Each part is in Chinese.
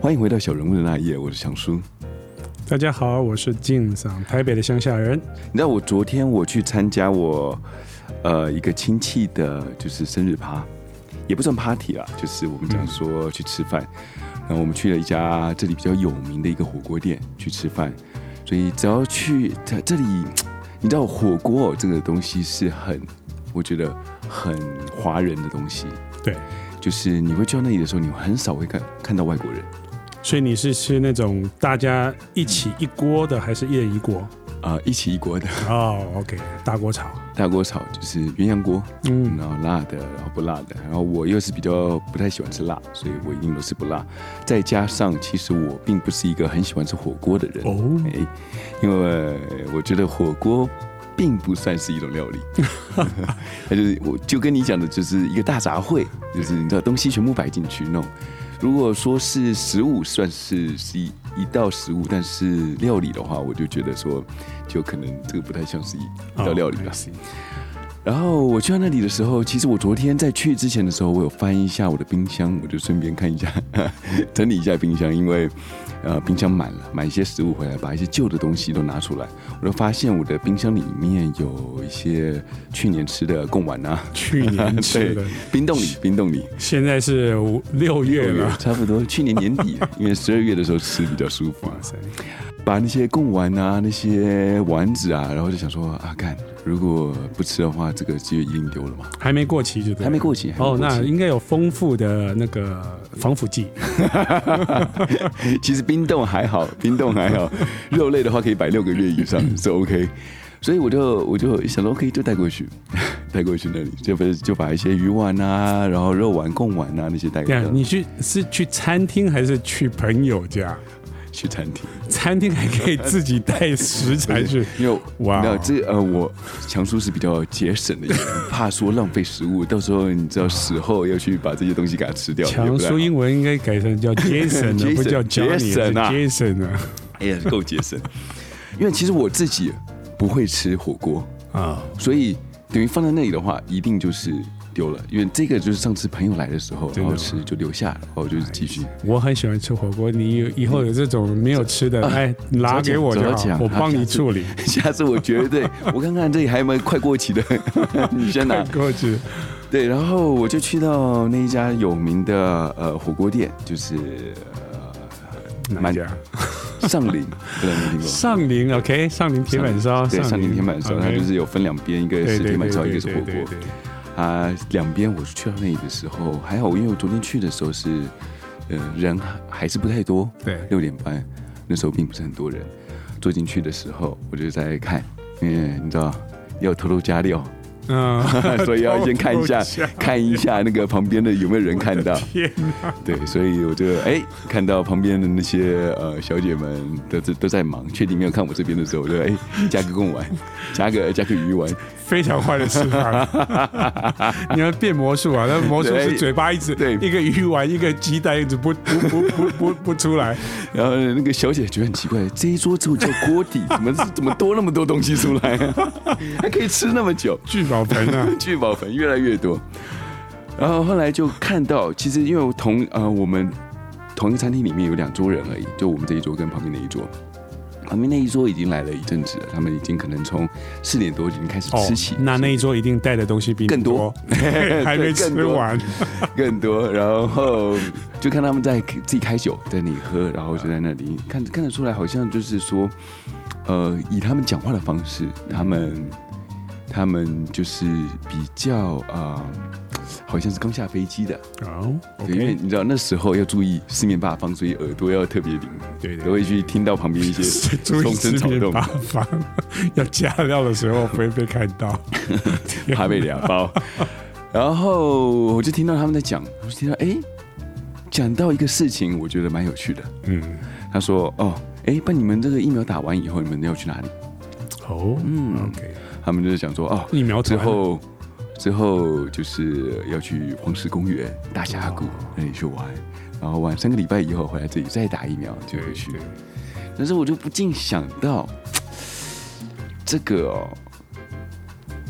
欢迎回到小人物的那一页，我是强叔。大家好，我是静桑，台北的乡下人。你知道我昨天我去参加我呃一个亲戚的，就是生日趴，也不算 party 啦，就是我们讲说去吃饭。然后我们去了一家这里比较有名的一个火锅店去吃饭，所以只要去在这里，你知道火锅哦这个东西是很，我觉得很华人的东西。对，就是你会去到那里的时候，你很少会看看到外国人。所以你是吃那种大家一起一锅的，还是一人一 锅？啊、一起一锅的哦，OK，大锅炒。大锅炒就是鸳鸯锅，嗯，然后辣的，然后不辣的，然后我又是比较不太喜欢吃辣，所以我一定都是不辣。再加上，其实我并不是一个很喜欢吃火锅的人，哦，哎、因为我觉得火锅并不算是一种料理， 它就是我就跟你讲的，就是一个大杂烩，就是你知道东西全部摆进去弄。如果说是食物，算是是一一道食物，但是料理的话，我就觉得说，就可能这个不太像是一一道料理了。哦 I see 然后我去到那里的时候，其实我昨天在去之前的时候，我有翻一下我的冰箱，我就顺便看一下，整理一下冰箱，因为呃冰箱满了，买一些食物回来，把一些旧的东西都拿出来，我就发现我的冰箱里面有一些去年吃的贡丸啊， 去年吃的，冰冻里，冰冻里，现在是五六月了。差不多去年年底，因 为十二月的时候吃比较舒服啊哇，塞，把那些贡丸啊、那些丸子啊，然后就想说啊，干，如果不吃的话，这个机会一定丢了嘛，还没过期就对了。还没过期，还没哦，过期那应该有丰富的那个防 腐剂。其实冰冻还好，冰冻还 好，肉类的话可以摆六个月以上是 OK。所以我就我就想说 OK 就带过去， 带过去那里就不是就把一些鱼丸啊，然后肉丸、贡丸啊那些带这过样，去你去是去餐厅还是去朋友 家？去餐厅。餐厅还可以自己带食材 去。因为哇，哇那这呃，我强叔是比较节省的一个人，怕说浪费食物，到时候你知道死后要去把这些东西给它吃掉。也强不太好叔英文应该改成叫 Jason 的， Jason，不叫 Johnny，是 Jason 啊 Jason 啊。哎呀，够节省。因为其实我自己不会吃火锅，啊，所以等于放在那里的话，一定就是丢了，因为这个就是上次朋友来的时候，真然的吗后吃就留下，然后就是继续。我很喜欢吃火锅，你有以后有这种没有吃的，哎，拿给我就早好啊讲，我帮你处理。 下次我绝对，我看看这里还有没有快过期的， 你先拿。 过去，对，然后我就去到那一家有名的呃火锅店，就是哪一家？呃上林，不知道有没有听过。上林，OK，上林 铁板烧，对，上林铁板烧，它就 OK 是有分两边，一个对是对铁板烧，对一个是火对对锅。对对啊，两边我去到那里的时候还好，因为我昨天去的时候是，呃，人还还是不太多，对六点半，那时候并不是很多人。坐进去的时候，我就在看，因为你知道要偷偷加料，嗯 所以要先看一下，看一下那个旁边的有没有人看到。天哪，对，所以我就哎看到旁边的那些呃小姐们都在都在忙，确定没有看我这边的时候，我就哎加个贡丸，加个加个鱼丸，非常坏的吃法。 你要变魔术啊？那魔术是对嘴巴一直对一个鱼丸，一个鸡蛋，一直不不不不不不出来。然后那个小姐觉得很奇怪，这一桌只有叫锅底，怎么怎么多那么多东西出来、啊，还可以吃那么久，聚宝盆 啊，聚宝盆越来越多。然后后来就看到，其实因为我同呃我们同一个餐厅里面有两桌人而已，就我们这一桌跟旁边那一桌，旁边那啊一桌已经来了一阵子了，他们已经可能从四点多已经开始吃起，哦那那一桌一定带的东西比你更多，还没对更吃多完。更多，然后就看他们在自己开酒，在那里喝，然后就在那嗯里看看得出来，好像就是说，呃，以他们讲话的方式，他们他们就是比较啊、呃好像是刚下飞机的哦对，因为 ，OK，你知道那时候要注意四面八方，所以耳朵要特别灵，对的都。会去听到旁边一 些注意风声吃草面动八，方，要加料的时候不会被看到。 怕被俩 包。然后我就听到他们在讲，我就听到哎，讲到一个事情，我觉得蛮有趣的。嗯，他说：“哦，哎，那你们这个疫苗打完以后，你们要去哪里哦，嗯，OK，？” 他们就是想说：“哦，疫苗之之后后之后就是要去黄石公园、大峡谷那里去玩，然后玩三个礼拜以后回来这里再打疫苗就回去。”但是我就不禁想到，这个哦，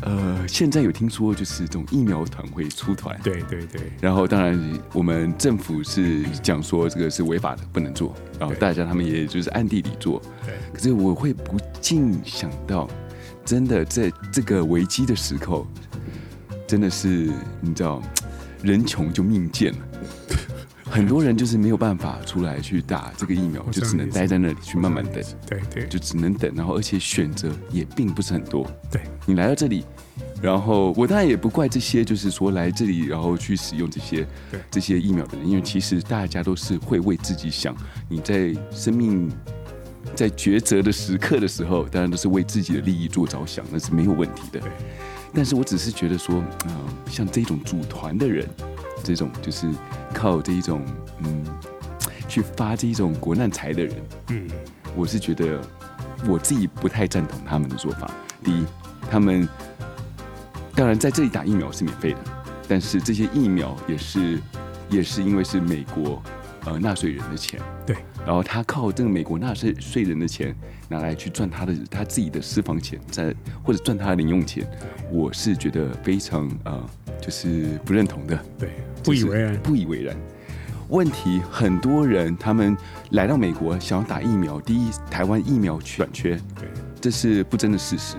呃，现在有听说就是这种疫苗团会出团，对对对，然后当然我们政府是讲说这个是违法的，不能做，然后对大家他们也就是暗地里做，对可是我会不禁想到，真的在这个危机的时刻，真的是你知道，人穷就命贱 了。很多人就是没有办法出来去打这个疫苗，我就知道只能你待在那里去慢慢等，对对就只能等。然后而且选择也并不是很多。对，你来到这里，然后我当然也不怪这些，就是说来这里然后去使用这些对这些疫苗的人，因为其实大家都是会为自己想，你在生命在抉择的时刻的时候，当然都是为自己的利益做着想，那是没有问题的对。但是我只是觉得说，嗯、像这种组团的人，这种就是靠这一种嗯去发这一种国难财的人，嗯，我是觉得我自己不太赞同他们的做法。第一，他们当然在这里打疫苗是免费的，但是这些疫苗也是也是因为是美国呃纳税人的钱，对，然后他靠这个美国纳税税人的钱拿来去赚他的他自己的私房钱，在或者赚他的零用钱，我是觉得非常呃就是不认同的。对，不以为然，不以为然。问题很多人他们来到美国想要打疫苗，第一，台湾疫苗短缺，对这是不争的事实。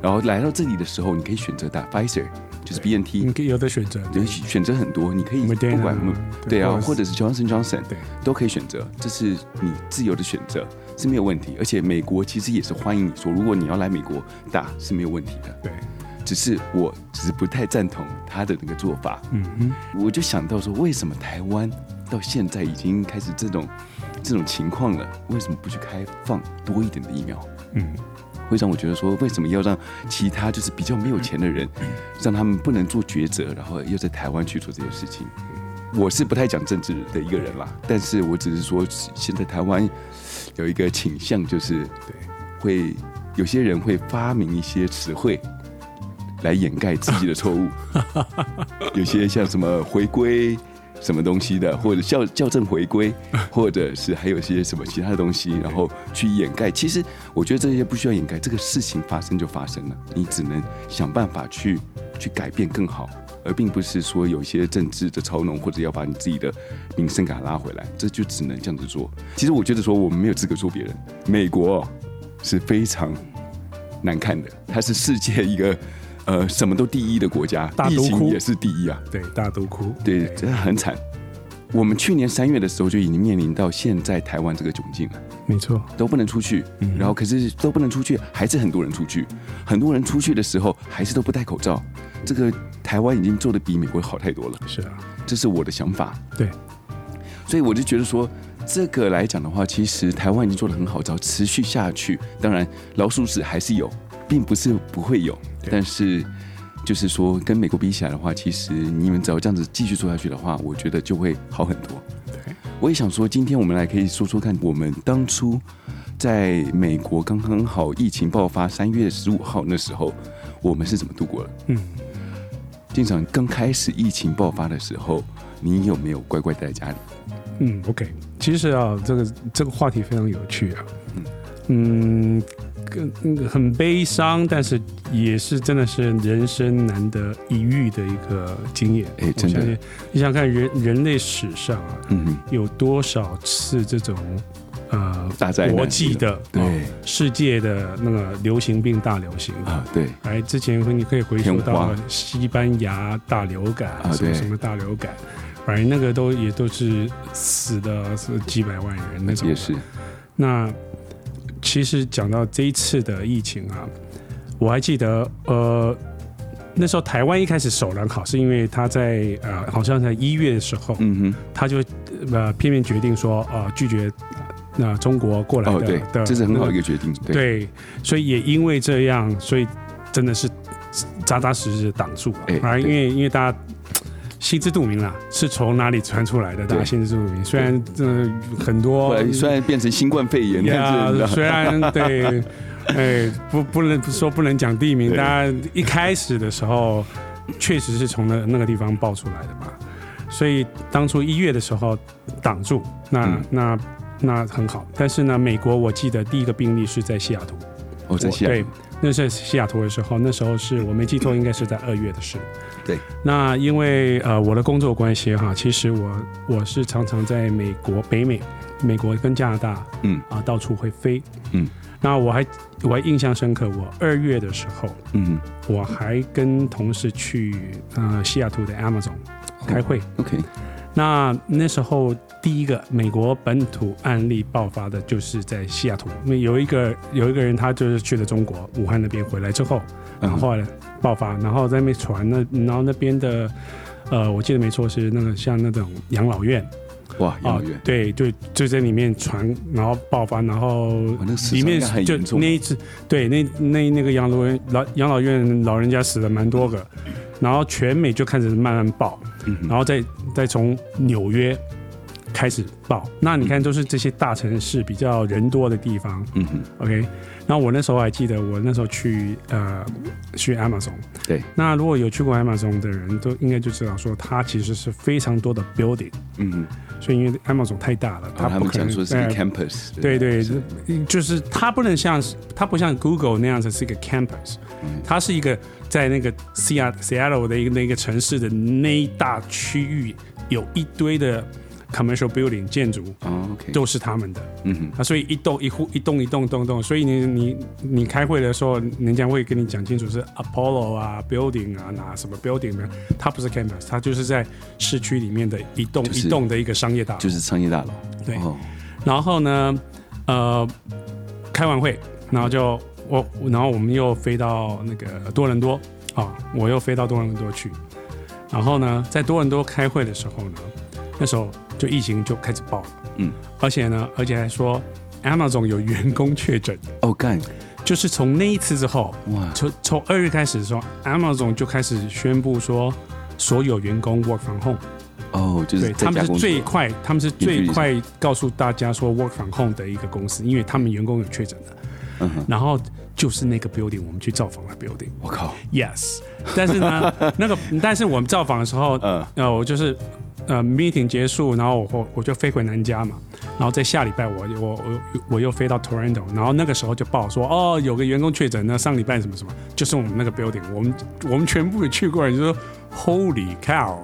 然后来到这里的时候，你可以选择打 Pfizer，就是对 BNT，你可以有的选择，你选择很多，你可以不管 Moderna，对啊，或者是或者是 Johnson Johnson 对都可以选择，这是你自由的选择是没有问题。而且美国其实也是欢迎你说，如果你要来美国打是没有问题的，对，只是我只是不太赞同他的那个做法。嗯哼，我就想到说，为什么台湾到现在已经开始这种这种情况了，为什么不去开放多一点的疫苗？嗯，会让我觉得说，为什么要让其他就是比较没有钱的人， 让他们不能做抉择，然后又在台湾去做这些事情？我是不太讲政治的一个人啦，但是我只是说，现在台湾有一个倾向，就是对，会有些人会发明一些词汇来掩盖自己的错误，有些像什么回归什么东西的，或者校校正回归，或者是还有一些什么其他的东西，然后去掩盖。其实我觉得这些不需要掩盖，这个事情发生就发生了，你只能想办法去去改变更好。而并不是说有一些政治的操弄，或者要把你自己的名声给它拉回来，这就只能这样子做。其实我觉得说我们没有资格说别人，美国哦是非常难看的，它是世界一个 呃什么都第一的国家大，疫毒窟情也是第一啊，对，大都哭，对，真的很惨。我们去年三月的时候就已经面临到现在台湾这个窘境了，没错，都不能出去，嗯然后可是都不能出去，还是很多人出去，很多人出去的时候还是都不戴口罩，这个台湾已经做的比美国好太多了，是啊，这是我的想法。对，所以我就觉得说，这个来讲的话，其实台湾已经做得很好，只要持续下去，当然老鼠屎还是有，并不是不会有，对但是就是说跟美国比起来的话，其实你们只要这样子继续做下去的话，我觉得就会好很多。对，我也想说，今天我们来可以说说看，我们当初在美国刚刚好疫情爆发三月十五号那时候，我们是怎么度过的？嗯，经常刚开始疫情爆发的时候，你有没有乖乖待在家里？嗯，OK，其实啊，这个这个话题非常有趣啊，嗯，跟嗯很悲伤，但是也是真的是人生难得一遇的一个经验。哎我真的相信你想想看人人类史上啊，嗯哼，有多少次这种呃大灾难国际的对哦世界的那个流行病大流行啊，对，哎，之前你可以回溯天花到西班牙大流感，啊什么对什么大流感，反正那个都也都是死的是几百万人那种。也是，那其实讲到这一次的疫情啊，我还记得，呃，那时候台湾一开始首良好，是因为他在呃，好像在一月的时候，嗯他就呃片面决定说，呃，拒绝那、呃中国过哼，来哦，的，对的，这是很那好个一个决定，对，对，所以也因为这样，所以真的是扎扎实实地挡住了。哎啊，因对为因为大家心知肚明啦，是从哪里传出来的，大家对心知肚明。虽然呃很后多来虽然变成新冠肺炎，但呀是你知道虽然 对，哎，不不能说不能讲地名，对大家一开始的时候确实是从那那个地方爆出来的嘛，所以当初一月的时候挡住，那、嗯那那很好。但是呢，美国我记得第一个病例是在西雅图，哦，在我西雅对图，那是西雅图的时候，那时候是我没记错，应该是在二月的事。对，那因为呃我的工作关系哈，其实我我是常常在美国、北美、美国跟加拿大啊、嗯到处会飞。嗯，那我还我还印象深刻，我二月的时候，嗯我还跟同事去呃西雅图的 Amazon 开会。哦，OK，嗯那那时候第一个美国本土案例爆发的就是在西雅图，因为有一个有一个人他就是去了中国武汉那边回来之后，嗯然后后来爆发，然后在那边传那然后那边的。呃，我记得没错是那个像那种养老院哇，幼啊、儿园，对，就就在里面传，然后爆发，然后哇那个死伤里面应该很就严重那一次，对，那那那个养老院老养老院老人家死了蛮多个，然后全美就开始慢慢爆，嗯哼然后再再从纽约开始爆。那你看，都是这些大城市比较人多的地方。嗯哼， OK，那我那时候还记得，我那时候去呃去 Amazon，对，那如果有去过 Amazon 的人都应该就知道，说它其实是非常多的 building，嗯哼，哦所以因为 Amazon 太大了，它然后他不们可能讲说是一呃个 campus，对对，是就是它不能像它不像 Google 那样子是一个 campus，嗯它是一个在那个 C R Seattle 的一个那个城市的那一大区域有一堆的 commercial building 建筑哦，OK，都是他们的嗯啊，所以一栋一户一栋一栋栋栋，所以你你你开会的时候，人家会跟你讲清楚是 Apollo 啊 building 啊哪什么 building 啊，它不是 campus，它就是在市区里面的一栋就一是栋的一个商业大楼哼，，就是商业大楼，对。哦，然后呢，呃，开完会，然后就我，然后我们又飞到那个多伦多啊、我又飞到多伦多去。然后呢，在多伦多开会的时候呢，那时候就疫情就开始爆了，嗯，而且呢，而且还说 Amazon 有员工确诊，哦干，就是从那一次之后，哇，从从二月开始的时候，Amazon 就开始宣布说。所有员工 work from home，哦，就是对在家他们是工作最快，他们是远距最离快告诉大家说 work from home 的一个公司，因为他们员工有确诊的，嗯哼，然后就是那个 building，我们去造访了 building。我靠， Yes，但是呢，那个但是我们造访的时候，呃，呃，我就是呃 meeting 结束，然后我我就飞回南加嘛，然后在下礼拜我我我我又飞到 Toronto，然后那个时候就报说哦有个员工确诊，那上礼拜什么什么，就是我们那个 building，我们我们全部有去过的人就说 Holy cow！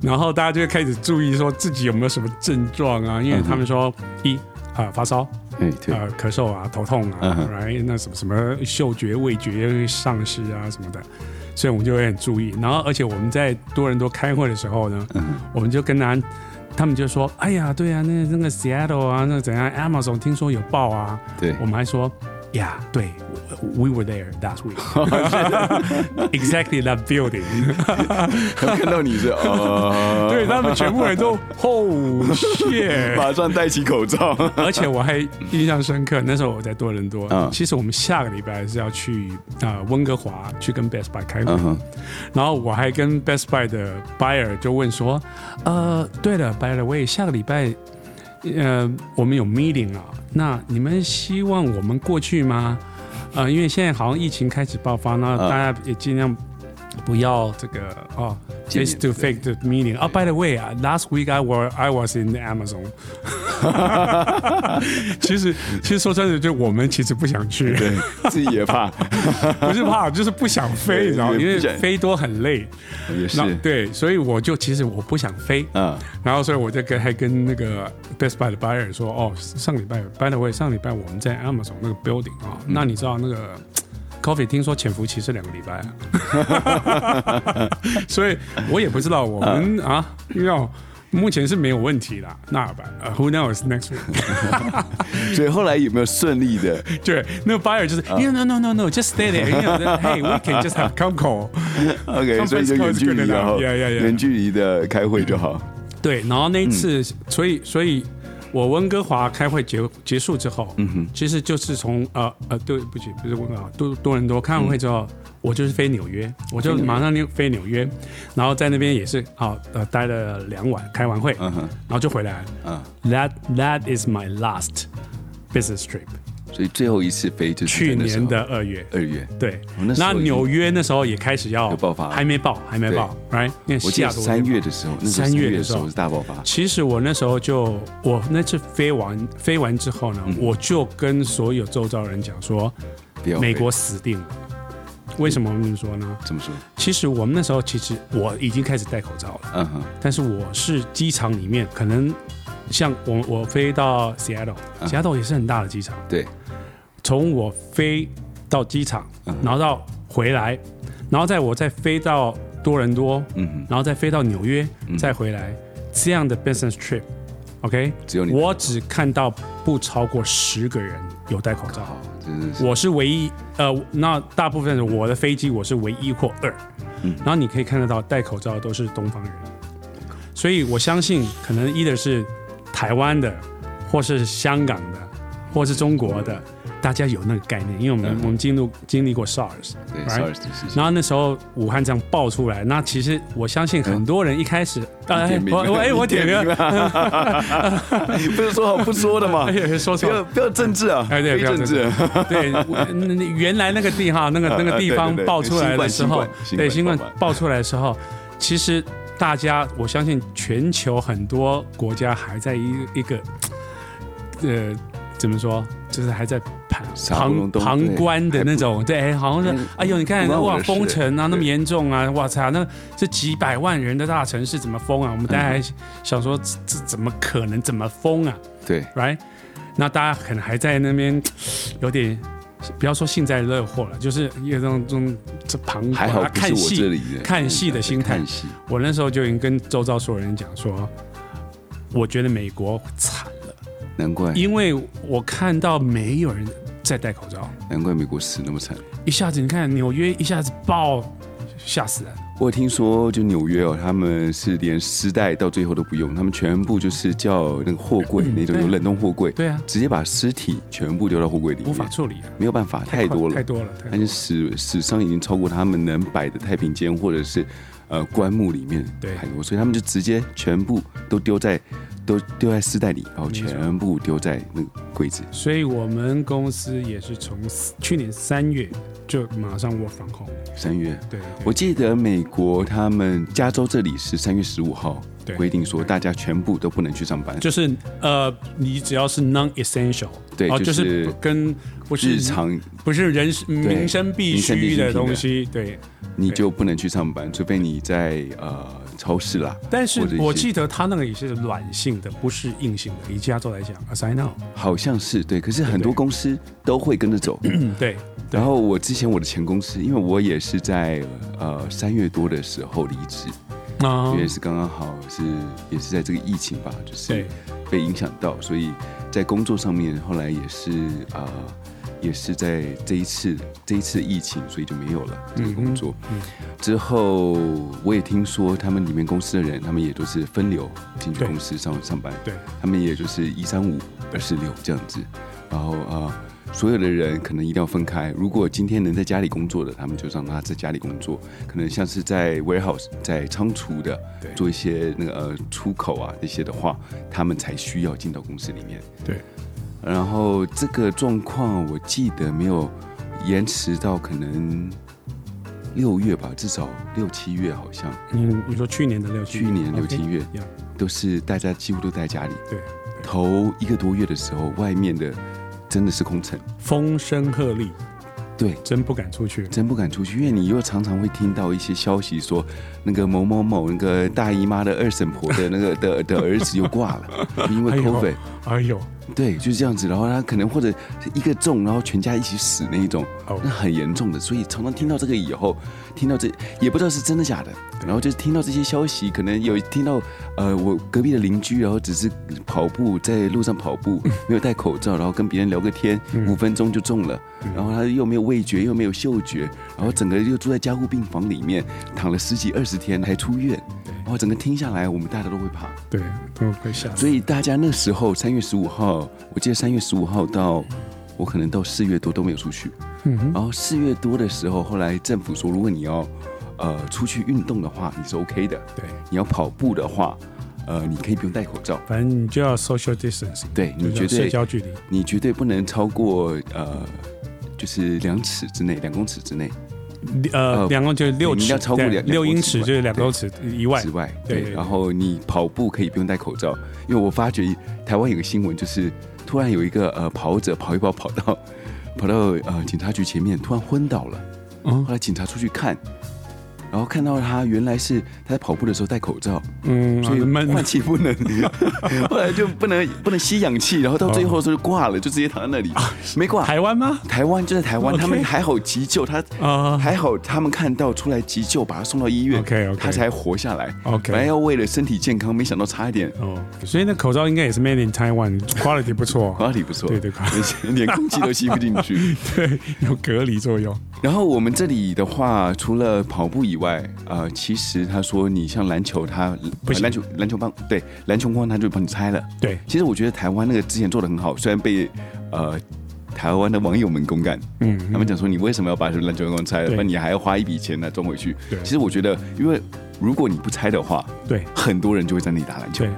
然后大家就会开始注意说自己有没有什么症状啊，因为他们说一啊、发烧，哎，对，呃，咳嗽啊、头痛啊，嗯哼来、那什么什么嗅觉、味觉丧失啊什么的，所以我们就会很注意。然后，而且我们在多伦多开会的时候呢，嗯哼，我们就跟他他们就说：“哎呀，对啊，那那个 Seattle 啊，那个怎样，Amazon 听说有报啊。”对我，们还说。Yeah，对，we were there that week. exactly that building. 他们看到你是哦， 对他们全部人 都 Oh shit！马上戴起口 罩，而且我还印象深刻，那时候我在多伦多。嗯其实我们下个礼拜是要去啊、呃温哥华去跟 Best Buy 开会，嗯哼，然后我还跟 Best Buy 的 buyer 就问说，呃，对了，by the way，下个礼拜呃我们有 meeting 啊，那你们希望我们过去吗？呃，因为现在好像疫情开始爆发，那嗯大家也尽量不要这个哦见面，face to face 的 meeting。哦，by the way 啊，last week I was I was in the Amazon 其实，其实说真的，就我们其实不想去，对，自己也怕，不是怕，就是不想飞，对你知道吗？对因为不想飞多很累。也那是，对，所以我就其实我不想飞，嗯，然后所以我就跟还跟那个 Best Buy 的 buyer 说，哦，上礼拜 by the way，上礼拜我们在 Amazon 那个 building 啊、嗯那你知道那个 Coffee 听说潜伏期是两个礼拜 啊，所以我也不知道我嗯们啊要。目前是没有问题啦，那吧、呃 Who knows next week？所以后来有没有顺利的？ 对，那个 buyer 就是、y 嗯 o u no no no no，just stay there，you know，hey we can just have c o n c o OK，所以就远距离然后 Yeah, yeah, yeah. 远距离的开会就好。对，然后那一次，嗯所以所以，我温哥华开会结结束之后，嗯哼，其实就是从呃呃，对不起，不是温哥华，多多伦多开完会之嗯后，我就是飞纽约，我就马上就飞纽约，然后在那边也是啊呃待了两晚，开完会，嗯哼，然后就回来。嗯， That that is my last business trip， 所以最后一次飞就是去在那时候年的二月。二月，对哦那，时候那已经纽约那时候也开始要有爆发了还没爆，还没爆，right？因为我西记雅得图是那边三月的时候，那时候三月的的时时候候是大爆发。啊其实我那时候就，嗯我那次飞完飞完之后呢，我就跟所有周遭人讲说，标美国死定了。为什么我们这么说呢？怎么说？其实我们那时候，其实我已经开始戴口罩了，嗯哼，但是我是机场里面可能像我我飞到 Seattle，Seattle 嗯也是很大的机场，对，从我飞到机场，嗯然后到回来，然后在我再飞到多伦多，嗯然后再飞到纽约，嗯再回来，这样的 business trip，OK，、只有你我只看到不超过十个人有戴口罩，好，真的是我是唯一，呃，那大部分我的飞机我是唯一或二，嗯然后你可以看得到戴口罩都是东方人，所以我相信可能 either 是台湾的，或是香港的，或是中国的，大家有那个概念，因为我们、嗯我们经历经历过 SARS，对 right？ SARS 的事情然后那时候武汉这样爆出来，那其实我相信很多人一开始，哎点名我了我哎，我你点点名名， 不是说好不说的嘛哎，呀说不错要了。不要政治啊，哎，对，非不要政治， 对，我那那原来那个地哈，那个那个地方啊对对对爆出来的时新候，冠新冠对新新冠冠爆出来的时候，其实大家我相信全球很多国家还在一一个呃怎么说，就是还在旁傻不隆旁咚旁对观的还不那种，对，哎好像是嗯哎呦，你看不关我哇的事封城对啊那么严重啊，哇操，那这几百万人的大城市怎么封啊？我们大嗯家还想说这这怎么可能怎么封啊？对， right？那大家可能还在那边有点，不要说幸灾乐祸了，就是有种这种这旁观还好啊不是看我这戏。里的看戏的心态看戏，我那时候就已经跟周遭所有人讲说，我觉得美国惨了，难怪因为我看到没有人在戴口罩，难怪美国死那么惨。一下子你看纽约一下子爆，吓死人。我有听说，就纽约哦，他们是连丝带到最后都不用，他们全部就是叫那个货柜嗯那种有对冷冻货柜，对啊，直接把尸体全部丢到货柜里无面，法处理啊，没有办法，太快多太了，多了，太多而了且死死伤已经超过他们能摆的太平间或者是呃棺木里面对太多，所以他们就直接全部都丢在都丢在丝带里，然后错全部丢在那个柜子，所以我们公司也是从去年三月就马上 work from home，三月。对，对我记得美国他们加州这里是三月十五号对规定说，对大家全部都不能去上班，就是呃，你只要是 non essential，对哦，就就是是跟不是日常不是人民生必须的东民生西，对。你对就不能去上班，除非你在呃超市啦。但或者是一些我记得他那个也是软性的，不是硬性的。以加州来讲，as I know，好像是对，可是很多对公司都会跟着走。嗯，对，然后我之前我的前公司，因为我也是在呃三月多的时候离职，啊因，为是刚刚好是也是在这个疫情吧，就是对，被影响到，所以在工作上面后来也是啊、也是在这一次这一次疫情，所以就没有了这个工作。嗯之后我也听说他们里面公司的人，他们也都是分流进去对公司上上班，对，他们也就是一三五二四六这样子，然后啊、所有的人可能一定要分开。如果今天能在家里工作的，他们就让他在家里工作，可能像是在 warehouse 在仓储的对做一些那个、呃、出口啊那些的话，他们才需要进到公司里面。对，然后这个状况我记得没有延迟到可能六月吧，至少六七月好像，你你说去年的六七，去年六 OK，七月 yeah，都是大家几乎都在家里。对，头一个多月的时候，外面的真的是空城，风声鹤唳，对，真不敢出去。真不敢出去，因为你又常常会听到一些消息说，那个某某某那个大姨妈的二婶婆的那个的的儿子又挂了，因为 哎呦 COVID，、哎呦，对，就是这样子。然后他可能或者是一个中，然后全家一起死那一种，哦那，很严重的。所以常常听到这个以后，听到这也不知道是真的假的，然后就是听到这些消息，可能有听到呃我隔壁的邻居，然后只是跑步在路上跑步，没有戴口罩，然后跟别人聊个天，五分钟就中了，然后他又没有味觉，又没有嗅觉，然后整个又住在加护病房里面躺了十几二十天还出院，然后整个听下来，我们大家都会怕。对，都会吓死。所以大家那时候三月十五号，我记得三月十五号到我可能到四月多都没有出去。嗯哼然后四月多的时候，后来政府说，如果你要呃出去运动的话，你是 OK 的；对，你要跑步的话，呃，你可以不用戴口罩。反正你就要 social distancing，对你就绝是社对，交距离。你绝对不能超过呃，就是两尺之内，两公尺之内呃呃，两公就是六对你尺，要超过对两六两公英尺尺外就是两对公尺以外之。外。对对对，对然后你跑步可以不用戴口罩，因为我发觉台湾有个新闻，就是突然有一个呃跑者跑一跑跑到跑到呃警察局前面，突然昏倒了。嗯后来警察出去看，然后看到他原来是他在跑步的时候戴口罩，嗯，所以闷啊换气不能， 后来就不能不能吸氧气，然后到最后的时候就挂了，就直接躺在那里，没挂。台湾吗？台湾就在台湾， OK 他们还好急救，他啊还好他们看到出来急救，把他送到医院 OK，OK 他才活下来。 OK 本来要为了身体健康，没想到差一点，哦，所以那口罩应该也是 made in Taiwan，quality 不错，哪里 不错，对对对连空气都吸不进 去。对，有隔离作用。然后我们这里的话，除了跑步以外，呃，其实他说你像篮球，他呃不行篮球篮球棒对篮球框他就帮你拆了。对，其实我觉得台湾那个之前做的很好，虽然被呃台湾的网友们公干，嗯，他们讲说你为什么要把篮球框拆了，对那你还要花一笔钱来装回去。对其实我觉得，因为如果你不拆的话，对很多人就会在那里打篮球对，，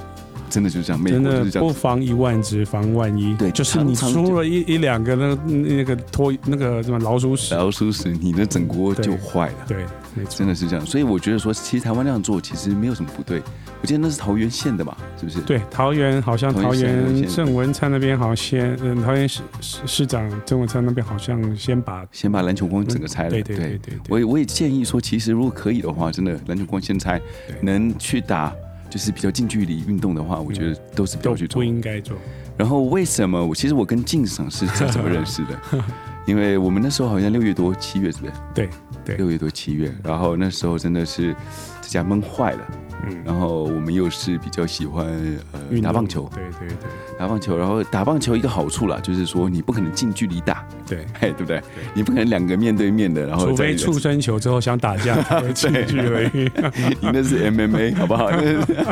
真的就是这样，美国真就的是这样不子。防一万，只防万一。对就是常你常出了一一两个那那个拖那个什么老鼠屎，老鼠屎，你的整锅对就坏了，对，呃没错真。的是这样。所以我觉得说，其实台湾那样做其实没有什么不对。我记得那是桃园县的嘛，是不是？对，桃园好像桃桃园县桃园县园郑文灿那边好像先，嗯，桃园市市市长郑文灿那边好像先把，先把篮球框整个拆了。嗯对对对对我对，也我也建议说，其实如果可以的话，真的篮球光先拆对，能去打就是比较近距离运动的话，我觉得都是比较嗯都去不做。应该做。然后为什么我其实我跟敬赏是这怎么认识的？ 因为我们那时候好像六月多七月是不是？对对六月多七月，然后那时候真的是在家闷坏了，嗯，然后我们又是比较喜欢呃运动打棒球，对对对打棒球，然后打棒球一个好处啦，就是说你不可能近距离打， 对，嘿，对不对？你不可能两个面对面的，然后除在非触身球之后想打架，才会进去而已。 你那是 MMA 好不好？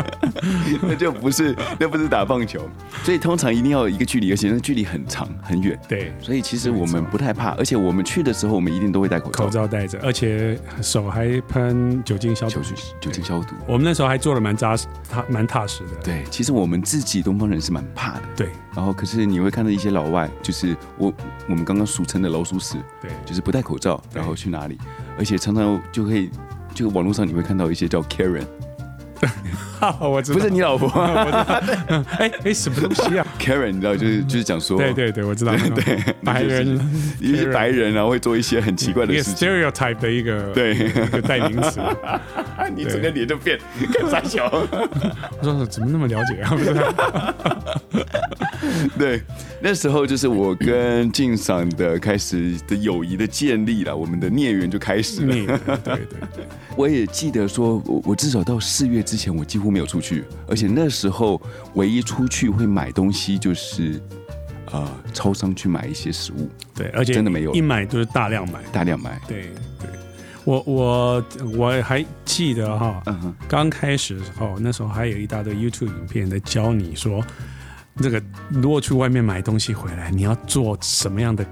那就不是，那不是打棒球，所以通常一定要有一个距离，而且那距离很长很远。对，所以其实我们不太怕，而且我们去的时候，我们一定都会戴口罩、口罩戴着，而且手还喷酒精消毒酒。精、酒精消毒。我们那时候还做的蛮扎实，踏蛮踏实的。对，其实我们自己东方人是蛮怕的。对然后，可是你会看到一些老外，就是我我们刚刚俗称的老鼠屎，对 就是不戴口罩，对然后去哪里，而且常常就会，就网络上你会看到一些叫 Karen，对，我知道。不是你老婆啊哎哎，什么东 西啊？ Karen，你知道，就是就是讲说，对对对，我知道。对， 白人一些白人，然啊后会做一些很奇怪的一个事情。 stereotype 的一个对，啊一个代 名词。你对整个脸就变，看傻笑。我说怎么那么了解啊？ 不是 对，那时候就是我跟敬赏的开始的友谊的建立了，我们的孽缘就开始了。你对对对我也记得说，我我至少到四月之前，我几乎没有出去，而且那时候唯一出去会买东西就是，呃，超商去买一些食物，对，而且真的没有一买就是大量买。大量买。对对，我我我还记得哈，嗯哼，刚开始的时候，那时候还有一大堆 YouTube 影片在教你说，这个如果去外面买东西回来，你要做什么样的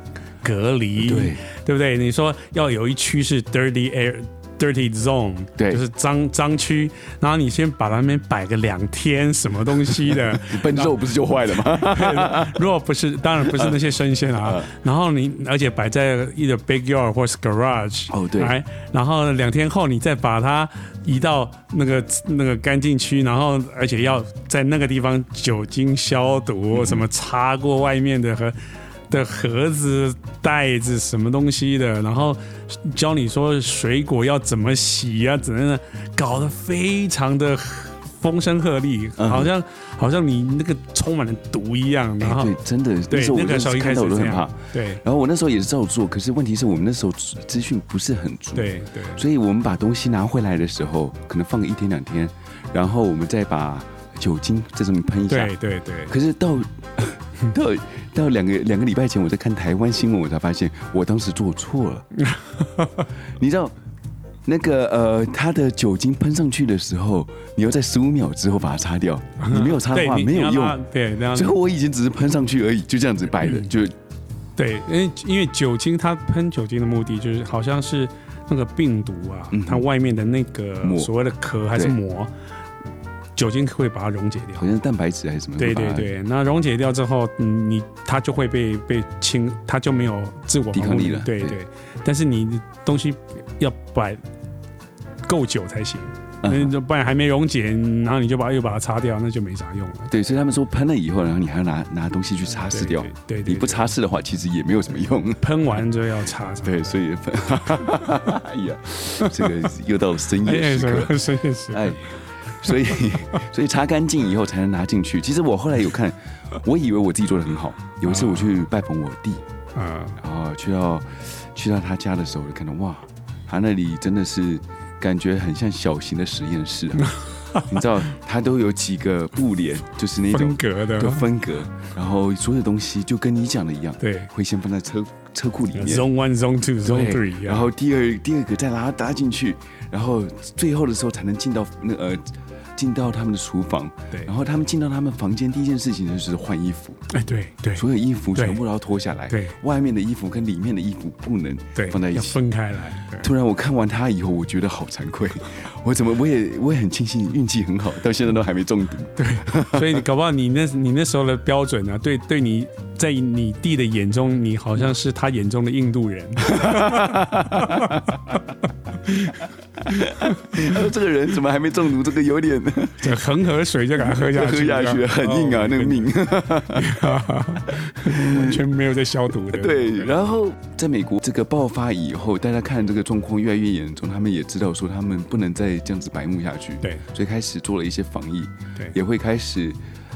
隔离，对对不对？你说要有一区是 dirty air。Dirty zone，对就是脏脏区，然后你先把它那边摆个两天，什么东西的，笨肉不是就坏了 吗？如果不是，当然不是那些生鲜嗯啊。然后你而且摆在一个 backyard 或是 garage，哎哦对来，然后两天后你再把它移到那个那个干净区，然后而且要在那个地方酒精消嗯毒，什么擦过外面的和。的盒子、袋子什么东西的，然后教你说水果要怎么洗啊，怎么样的，搞得非常的风声鹤唳，嗯好像好像你那个充满了毒一样，然哎后对，真的，那啊对时候我那个时候一看开到始我都这很怕样。，对然后我那时候也是照做，可是问题是我们那时候资资讯不是很足，，对对所以我们把东西拿回来的时候，可能放个一天两天，然后我们再把酒精在上面喷一下。对对对，可是到 到到两个两个礼拜前，我在看台湾新闻，我才发现我当时做错 了。你知道那个呃，它的酒精喷上去的时候，你要在十五秒之后把它擦掉，你没有擦的 对话你没有，你要把用。它对，然最后后我已经只是喷上去而已，就这样子摆的，就对，因为因为酒精它喷酒精的目的就是好像是那个病毒啊嗯，哼它外面的那个膜所谓的壳还是对膜，酒精会把它溶解掉好。像蛋白质还是什么。对把对它对，那溶解掉之后，嗯你它就会被被清，它就没有自我抵防抗护力力了对对对，但是你东西要摆够久才行。嗯那就不然还没溶解，然后你就把又把它擦掉，那就没啥用了。对，所以他们说喷了以后，然后你还要拿拿东西去擦拭掉。对，对对你不擦拭的话，其实也没有什么用。喷完就要擦。对，所以， 哎呀，这个又到深夜哎，时刻，是是是是，哎，所以所以擦干净以后才能拿进去。其实我后来有看，我以为我自己做的很好。有一次我去拜访我弟，啊，然后去到去到他家的时候，就看到哇，他那里真的是感觉很像小型的实验室啊。 你知道，他都有几个布帘，就是那种分隔的的，分隔，然后所有的东西就跟你讲的一样，对会先放在车车库里面。 ，Zone One、Zone Two、Zone 对 Three，然后第二第二个再拉拉进去，然后最后的时候才能进到那呃进到他们的厨房。啊对然，后他们进到他们房间第一件事情就是换衣服，哎，对对所有衣服对全部都要脱下来，对外面的衣服跟里面的衣服不能对，放在一要起。分开来。对突然我看完他以后，我觉得好惭愧， 我怎么我也我也很庆幸运气很好，到现在都还没中毒。所以你搞不好你那你那时候的标准呢、啊，对对你在你弟的眼中，你好像是他眼中的印度人。 他 说这个人怎么还没中毒？这个有点这恒河水就给他喝下去， 哦喝下去很硬啊，那个命。命完全没有在消毒的。对，然后在美国这个爆发以后，大家看这个状况越来越严重，他们也知道说他们不能再这样子白目下去，对所以开始做了一些防疫，对也会开始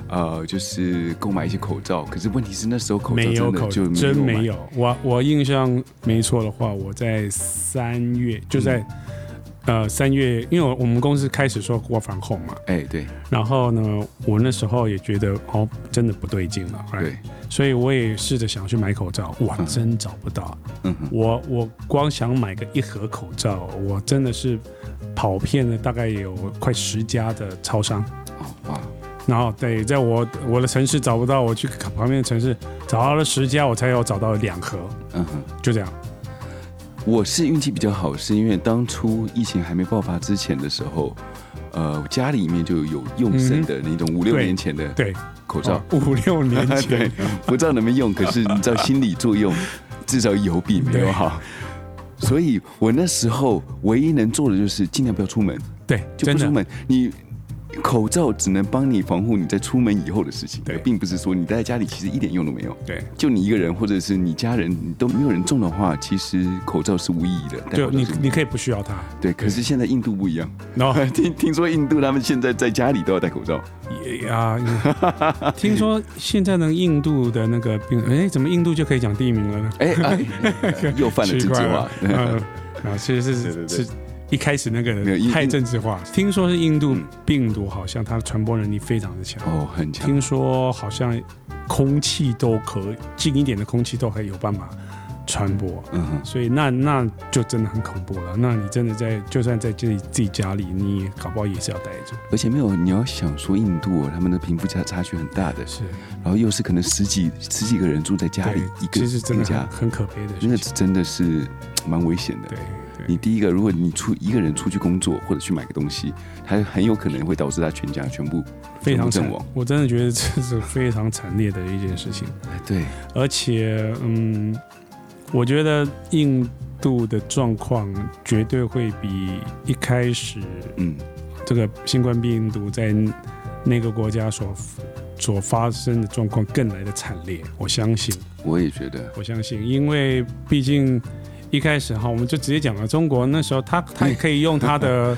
呃，就是购买一些口罩。可是问题是那时候口罩没有真口的就真没有没买有。我我印象没错的话，我在三月就在、嗯呃三月，因为我我们公司开始说国防后嘛，哎，对然后呢，我那时候也觉得哦，真的不对劲了，后来对，所以我也试着想去买口罩，哇，真找不到。嗯哼，我我光想买个一盒口罩，我真的是跑遍了大概有快十家的超商，哦哇，然后对，在我我的城市找不到，我去旁边的城市找到了十家，我才有找到两盒，嗯哼，就这样。我是运气比较好，是因为当初疫情还没爆发之前的时候。呃，家里面就有用剩的那种五六嗯对年前的对，哦口罩，五六年对 前，， 不知道能不能用，可是你知道心理作 用，至少有比没有好。所以我那时候唯一能做的就是尽量不要出门，对，就不真出的，门。你口罩只能帮你防护你在出门以后的事情，对并不是说你待在家里其实一点用都没有。对，就你一个人，或者是你家人，你都没有人中的话，其实口罩是无意义的。戴就口罩你是无意义你可以哦不需要它， 对，可是现在印度不一样，然后 听听说印度他们现在在家里都要戴口罩。也啊，听说现在呢，印度的那个病，哎，怎么印度就可以讲地名了呢？哎哎， 哎又犯了奇政怪治 了化。嗯，啊，其实是对对对是一开始那个没有印太政治化。听说是印度嗯病毒好像它传播能力非常的强，哦，很强。听说好像空气都可近一点的空气都还有办法传播。嗯哼。所以那那就真的很恐怖了。那你真的在就算在自己自己家里，你也搞不好也是要待着。而且没有，你要想说印度、哦、他们的贫富差差距很大的，是，然后又是可能十几十几个人住在家里对一个其实真一的个家很，很可悲的那个事情。真的是蛮危险的对。对你第一个，如果你出一个人出去工作或者去买个东西，他很有可能会导致他全家全部非常全部阵惨亡。我真的觉得这是非常惨烈的一件事情。对，而且，嗯，我觉得印度的状况绝对会比一开始嗯，这个新冠病毒在那个国家所所发生的状况更来的惨烈。我相信，我也觉得，我相信，因为毕竟。一开始哈，我们就直接讲了。中国那时候他，他也可以用 他的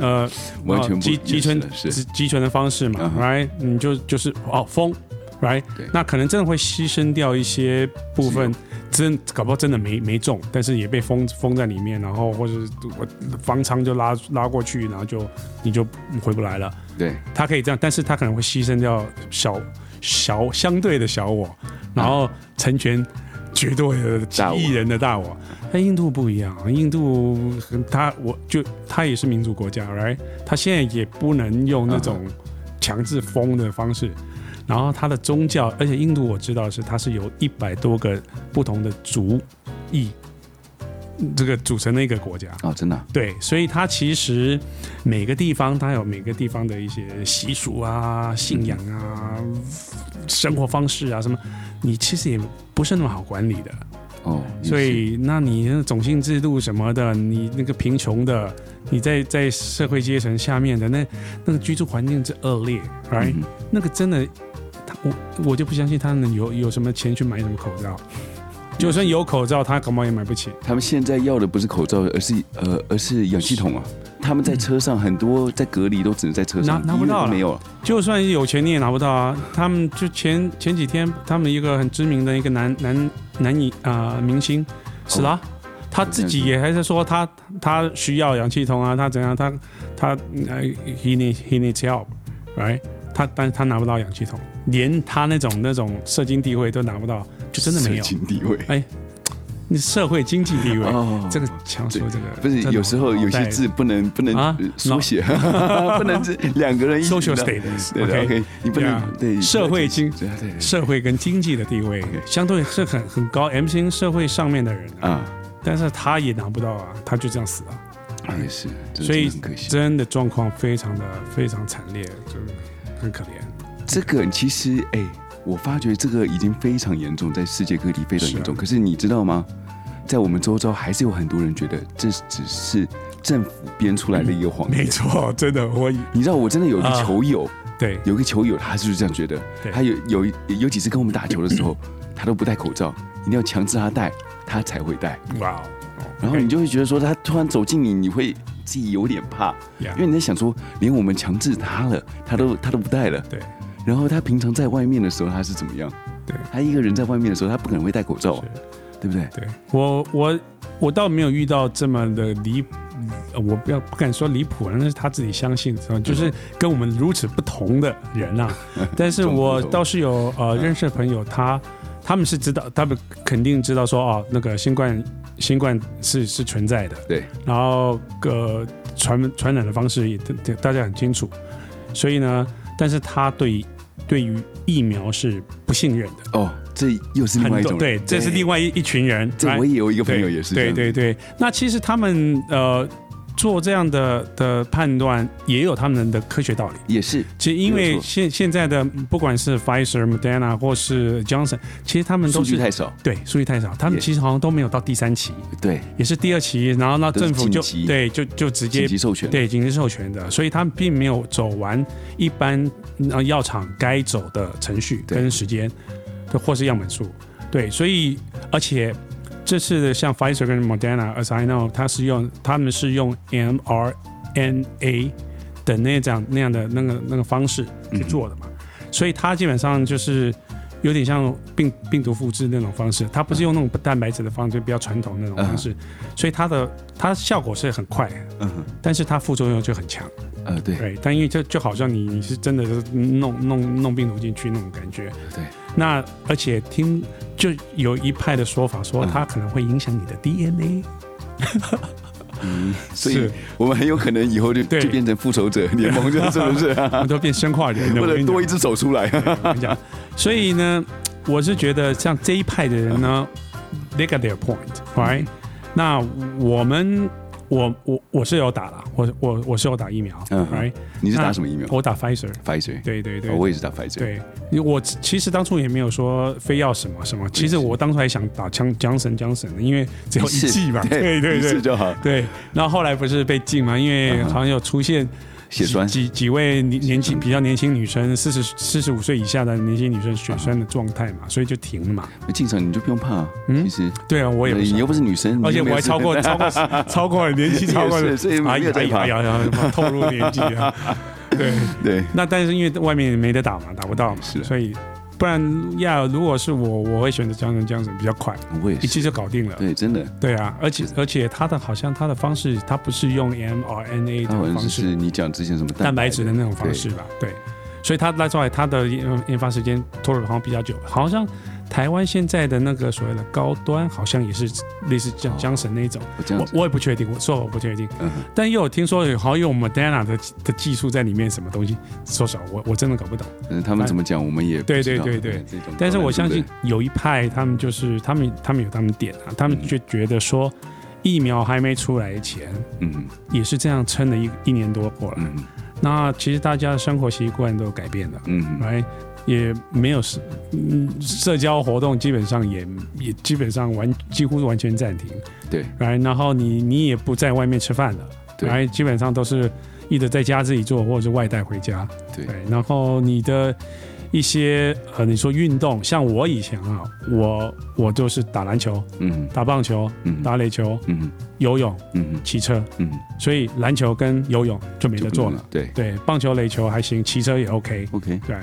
呃完全不集集权是集集权的方式嘛、嗯哼 r i g h t 你就就是哦封，right，对那可能真的会牺牲掉一些部分，真搞不好真的没没中，但是也被封封在里面，然后或者是我方舱就拉拉过去，然后就你就回不来了。对，他可以这样，但是他可能会牺牲掉小小相对的小我，然后成全绝对的几大我亿人的大我。但印度不一样，印度他我就他也是民主国家，right？他现在也不能用那种强制封的方式。然后他的宗教，而且印度我知道是它是由一百多个不同的族裔这个组成的一个国家，哦，真的啊，对，所以它其实每个地方它有每个地方的一些习俗啊、信仰啊、生活方式啊什么，你其实也不是那么好管理的。哦，也是所以，那你那种姓制度什么的，你那个贫穷的，你在在社会阶层下面的那那个居住环境之恶劣，right？、嗯那个真的，他我我就不相信他们有有什么钱去买什么口罩，就算有口罩，他感冒也买不起。他们现在要的不是口罩，而是呃，而是氧气筒啊。他们在车上很多在隔离都只能在车上，拿拿不到医院了都没有了。就算有钱你也拿不到啊！他们就前前几天，他们一个很知名的一个男男男影啊、明星，史拉，他自己也还在说他他需要氧气筒啊，他怎样，他他呃，he need he needs help，right？他但是他拿不到氧气筒，连他那种那种社经地位都拿不到，就真的没有社。经地位你社会经济地位，哦，这个强说这个不是真的有时候有脑些袋字不能不能啊呃缩写， 不能是两个人一起 social 的。对的 status，OK，、 ，OK，你不能 Yeah 对社会经对对对社会跟经济的地位 OK 相对是很很高，M 型社会上面的人啊，啊，但是他也拿不到啊，他就这样死了，啊也是，这所以真的很可惜。真的状况非常的非常惨烈，就是很可怜。这个其实哎、我发觉这个已经非常严重，在世界各地非常严重。是啊可是你知道吗？在我们周遭还是有很多人觉得这只是政府编出来的一个谎言。没错，真的我你知道我真的有一个啊球友，对有一个球友，他就是这样觉得。对他有有有几次跟我们打球的时 候，他都不戴口罩，一定要强制他戴，他才会戴。哇哦，然后你就会觉得说，他突然走近你，你会自己有点怕，嗯因为你在想说，连我们强制他了，他都他都不戴了。对。然后他平常在外面的时候，他是怎么样？对他一个人在外面的时候，他不可能会戴口罩啊，是对不对？对我我我倒没有遇到这么的离，呃我不要不敢说离谱，那是他自己相信，呃嗯就是跟我们如此不同的 人啊。但是我倒是有嗯呃认识的朋友，他他们是知道，他们肯定知道说哦，那个新冠新冠是是存在的，对，然后呃传传染的方式也大大家很清楚，所以呢，但是他对对于疫苗是不信任的。哦，这又是另外很一多种人对，这是另外一一群人。这来我也有一个朋对友也是这对样子对对，那其实他们呃做这样的的判断也有他们的科学道理。也是其实因没有为错现现在的不管是 Pfizer、Moderna 或是 Johnson，其实他们数都据是太少，对数据太少，他们 Yeah 其实好像都没有到第三期，对，也是第二期，然后那都是政府就紧急对就就直接紧急授权，对紧急授权的，所以他们并没有走完一般呃药厂该走的程序对跟时间，对，或是样本数，对，所以而且这次的像 Pfizer 跟 Moderna，as I know，它是用他们是用 mRNA 的那样那样的那个那个方式去嗯做的嘛，所以它基本上就是。有点像病病毒复制那种方式，它不是用那种蛋白质的方式，比较传统那种方式，所以它的它效果是很快，嗯哼，但是它副作用就很强，呃，对对，但因为就就好像你你是真的是弄弄弄病毒进去那种感觉，对，那而且听就有一派的说法说嗯它可能会影响你的 DNA，、所以我们很有可能以后就对就变成复仇者联盟，就是不是、我啊？们都变生化人了，为我跟了你讲多一只手出来，我跟你讲，所以呢，我是觉得像这一派的人呢，they got their point，right？、那我们我我我是有打了，我我我是有打疫苗、嗯 r i g h t 你是打什么疫苗我打 Pfizer， ？Pfizer，对对对哦我也是打 Pfizer，对，因为我其实当初也没有说非要什么什么，其实我当初还想打枪江神江神的，因为只有一是剂嘛，对对一次对就好。 对。然后后来不是被禁嘛，因为好像有出现血几栓几几位年年轻比较年轻女生，四十四十五岁以下的年轻女生血栓的状态嘛，所以就停了嘛。进城你就不用怕啊，嗯其实对啊，我也不你是。又不是女生，而你且又没有我还超过超过 超过年纪超过你也是所以哎没呀有哎在呀怕哎呀哎呀，透露年纪啊， 对。对，那但是因为外面没得打嘛，打不到嘛，是所以不然呀，如果是我，我会选择江神江神比较快，我也一是，气就搞定了。对，真的，对啊，而且而且它的好像它的方式，它不是用 mRNA 他好的像方式，是你讲之前什么蛋白质的的那种方式吧？对，所以它拉出来它的研研发时间拖了好像比较久，好像台湾现在的那个所谓的高端，好像也是类似江哦江神那种。我这样我子，我也不确定，我说我不确定，嗯哼但又有听说有好像有 Moderna 的的技术在里面，什么东西？说实话，我我真的搞不懂。嗯，他们怎么讲我们也不对知对道对对，这种但是高难我度相的信有一派，他们就是他们他们有他们点啊，他们就觉得说疫苗还没出来前，嗯也是这样撑了一一年多过了。嗯那其实大家的生活习惯都改变了，嗯，来、也没有社嗯社交活动，基本上也也基本上完几乎是完全暂停。对，来，然后你你也不在外面吃饭了，对来，基本上都是either 在家自己做，或者是外带回家。对然后你的一些呃，你说运动，像我以前啊，我我就是打篮球、嗯打棒球、嗯打垒球、嗯游泳、嗯骑车，嗯，所以篮球跟游泳就没没得做了。，对对，棒球、垒球还行，骑车也 OK。 ，OK，对，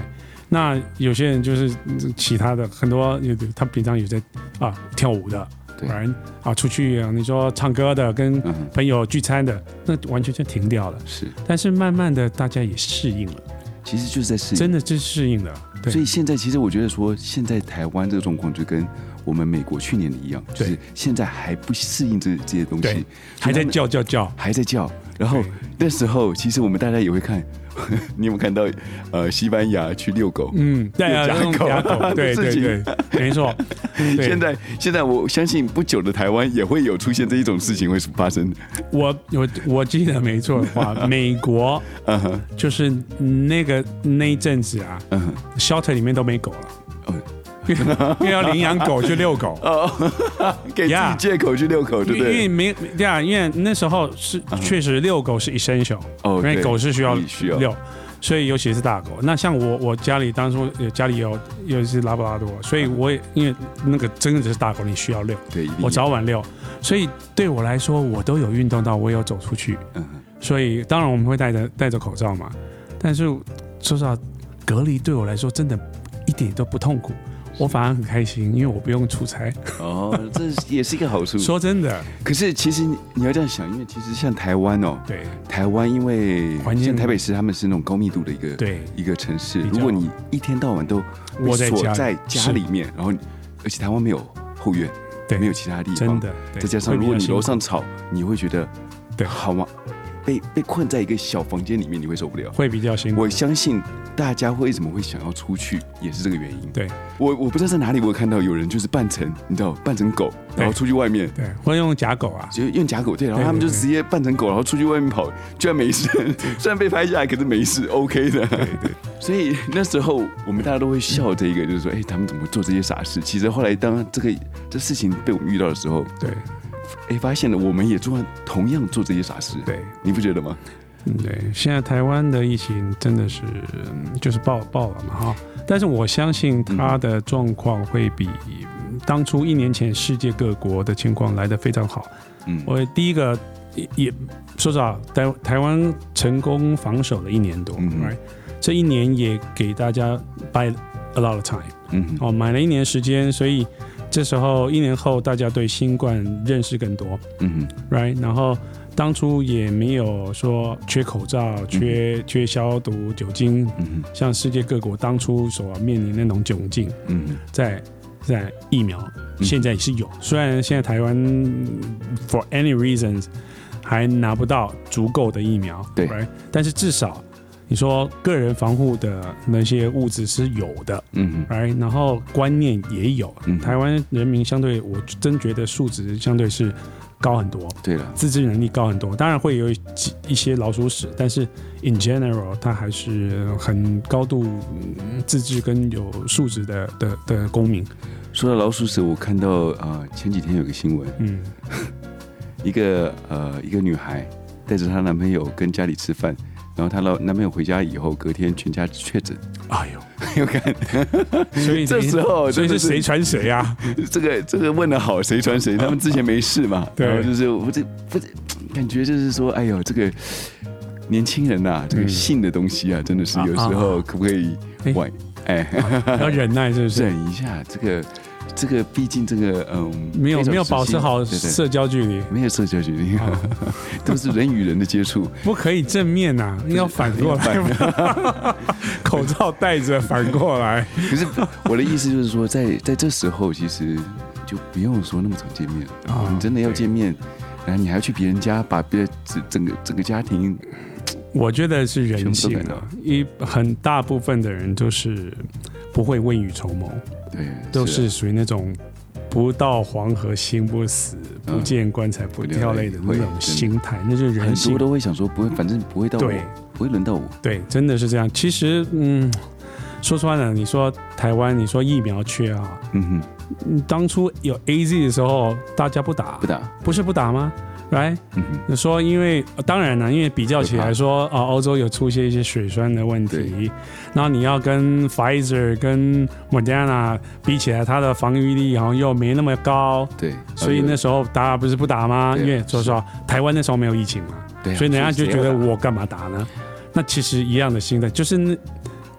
那有些人就是嗯其他的很多，有的他平常有在啊跳舞的，对然啊出去啊，你说唱歌的跟嗯，朋友聚餐的，那完全就停掉了。是，但是慢慢的大家也适应了，其实就是在适应。真的是适应了。所对以现在其实我觉得说，现在台湾这个状况就跟我们美国去年的一样，就对是现在还不适应这这些东对西，还在叫叫叫。还在叫。然后对那时候其实我们大家也会看， 你有没有看到呃西班牙去遛狗？嗯，对啊，有夹口夹口， 对的对事对情，没错。对现在现在我相信不久的台湾也会有出现这一种事情会发生。我我我记得没错的 话，美国嗯哼，就是那个那一阵子啊嗯哼， ，shelter 里面都没狗了哦，因为 因为要领养狗去遛 狗，给自己 Yeah 借口去遛狗，对因不为对？没对啊，因为那时候是确实遛狗是 essential，哦因为对狗是需要必须要遛，所以尤其是大狗。那像我我家里当初呃家里有有一只拉布拉多，所以我也因为那个真的只是大狗，你需要遛，对，一定我要早晚遛，所以对我来说我都有运动到，我也有走出去。嗯哼所以当然我们会戴着戴着口罩嘛。但是说实话，隔离对我来说真的一点都不痛苦，我反而很开心，因为我不用出差。哦，这也是一个好处。说真的，可是其实你你要这样想，因为其实像台湾哦，对台湾因为环境像台北市，他们是那种高密度的一个对，一个城市。比较如果你一天到晚都窝在锁家里在家里面，然后你而且台湾没有后院，对没有其他地方，真的。对再加上会比如果较你辛苦楼上吵，你会觉得对好吗？被被困在一个小房间里面，你会受不了。会比较辛苦，我相信大家为什么会想要出去，也是这个原因。对我我不知道在哪里，我有看到有人就是扮成，你知道，扮成狗，然后出去外面，对，会用假狗啊。就用假狗对，然后对他们就对对直接扮成狗，然后出去外面跑，居然没事，虽然被拍下来，可是没事，OK 的。 所以那时候我们大家都会笑这个，就是说，哎，他们怎么会做这些傻事？其实后来当这个这事情被我们遇到的时候，对哎，发现了我们也做同样做这些傻事，对你不觉得吗？嗯对，现在台湾的疫情真的是嗯就是爆爆了嘛哈，但是我相信嗯它的状况会比嗯当初一年前世界各国的情况来得非常好。嗯，我第一个也也说实话，台台湾成功防守了一年多、嗯 r i g h t 这一年也给大家 buy a lot of time，嗯哦，买了一年时间，所以这时候一年后大家对新冠认识更多嗯，right？然后当初也没有说缺口罩、缺、缺消毒酒精，嗯像世界各国当初所面临那种窘境，嗯在在疫苗嗯现在也是有，虽然现在台湾嗯 for any reasons 还拿不到足够的疫苗，对 right？但是至少你说个人防护的那些物质是有的嗯，right？然后观念也有，嗯台湾人民相对我真觉得素质相对是高很多。对了，自制能力高很多，当然会有一一些老鼠屎，但是 in general 它还是很高度嗯自制跟有素质的的的公民。说到老鼠屎，我看到呃前几天有个新闻，嗯，一个呃一个女孩带着她男朋友跟家里吃饭，然后她老男朋友回家以后，隔天全家确诊， 哎呦，有看？所 以这时候所以真是的谁传谁啊？这个这个问的好，谁传谁？他们之前没事嘛， 对然后就是我这不是感觉就是说，哎呦，这个年轻人呐、这个嗯性的东西啊，真的是有时啊啊候啊可不可以哎晚哎要忍耐是不是？忍一下？这个这个毕竟这个嗯，没有非常没有保时持兴好对对社交距离，没有社交距离，啊 都是人与人的接 触。不可以正面呐、啊，要反 过来， 口罩戴着反 过来。可是我的意思就是说，在在这时候，其实就不用说那么常见面啊你真的要对见面，然后你还要去别人家，把别人整整个整个家庭，我觉得是人性全部都啊，一很大部分的人都是不会未雨绸缪。对，啊都的是属于那种不到黄河心不死，嗯不见棺材不掉泪的那种心态，那就是人很性多。都会想说，不会，反正不会到我对，不会轮到我。对，真的是这样。其实，嗯，说穿了，你说台湾，你说疫苗缺啊，嗯哼，嗯当初有 A Z 的时候，大家不打不，打，不是不打吗？来，嗯哼，你说因为呃当然了，因为比较起会来怕说啊，欧洲有出现一些血栓的问题对，然后你要跟 Pfizer 跟 Moderna 比起来，它的防御力好像又没那么高，啊对，所以那时候大家不是不打吗？对因啊为说实话，台湾那时候没有疫情嘛，对啊所以人家就觉谁得要打我干嘛打呢？那其实一样的心态，就是那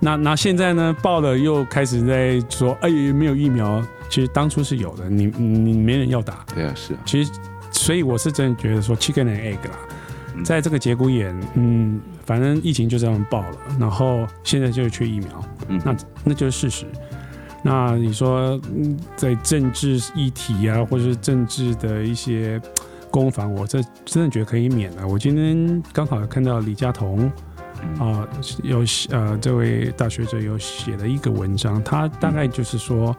那那现在呢，报了又开始在说，哎，没有疫苗。其实当初是有的，你你你没人要打。对啊，是啊，其实，所以我是真的觉得说 chicken and egg 啦，嗯在这个节骨眼，嗯，反正疫情就这样爆了，然后现在就是缺疫苗，嗯那那就是事实。那你说嗯在政治议题啊，或者是政治的一些攻防，我这真的觉得可以免了。我今天刚好看到李佳彤嗯啊、有写呃这位大学者有写了一个文章，他大概就是说，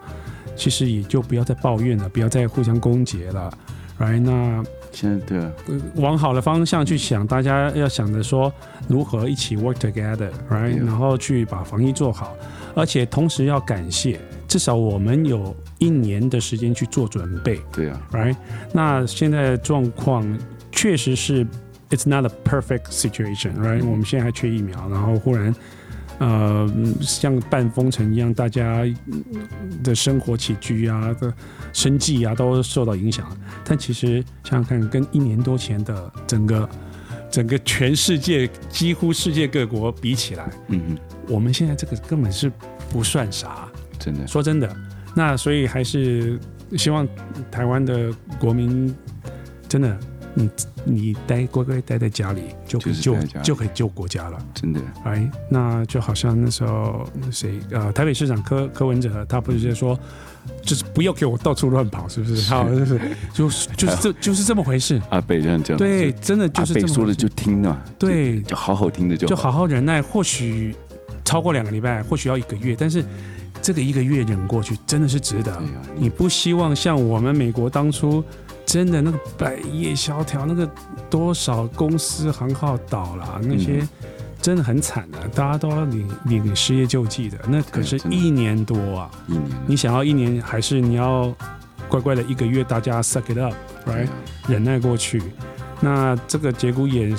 其实也就不要再抱怨了，不要再互相攻讦了。来，那现在对啊，呃往好的方向去想，大家要想着说如何一起 work together，right？、 Yeah. 然后去把防疫做好，而且同时要感谢，至少我们有一年的时间去做准备对啊， ，right？那现在的状况确实是 it's not a perfect situation，right？、嗯我们现在还缺疫苗，然后忽然。呃，像半封城一样，大家的生活起居啊、的生计啊都受到影响。但其实想想看，跟一年多前的整个整个全世界几乎世界各国比起来，嗯我们现在这个根本是不算啥。哼，真的，说真的，那所以还是希望台湾的国民真的，你你待乖乖待在家里，就可以就是救待在家里就可以救国家了。真的，哎，那就好像那时候谁呃，台北市长柯柯文哲，他不是就说，就是不要给我到处乱跑，是不是？是好，就是就是就是 这就是这么回事。阿北这样讲，对，就，真的就阿是这北么说回的事就听了，对，就好好听的就就，好好忍耐，或许超过两个礼拜，或许要一个月，但是这个一个月忍过去，真的是值得对。啊，你不希望像我们美国当初真的那个百业萧条，那个多少公司行号倒了，啊那些嗯真的很惨的、大家都要领领失业救济的，那可是真的一年多啊！一年了，你想要一年，还是你要乖乖的一个月，大家 suck it up，right？对啊忍耐过去。那这个节骨眼，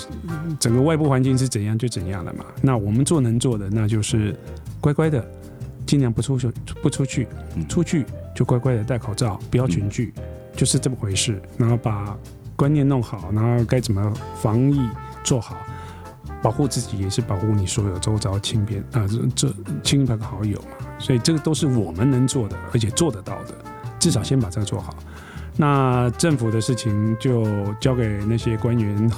整个外部环境是怎样就怎样了嘛。那我们做能做的，那就是乖乖的，尽量不出去，不出去，嗯出去就乖乖的戴口罩，不要群聚，就是这么回事。然后把观念弄好，然后该怎么防疫做好，保护自己也是保护你所有周遭亲边啊、这这亲朋好友嘛。所以这个都是我们能做的，而且做得到的，至少先把这个做好。那政府的事情就交给那些官员，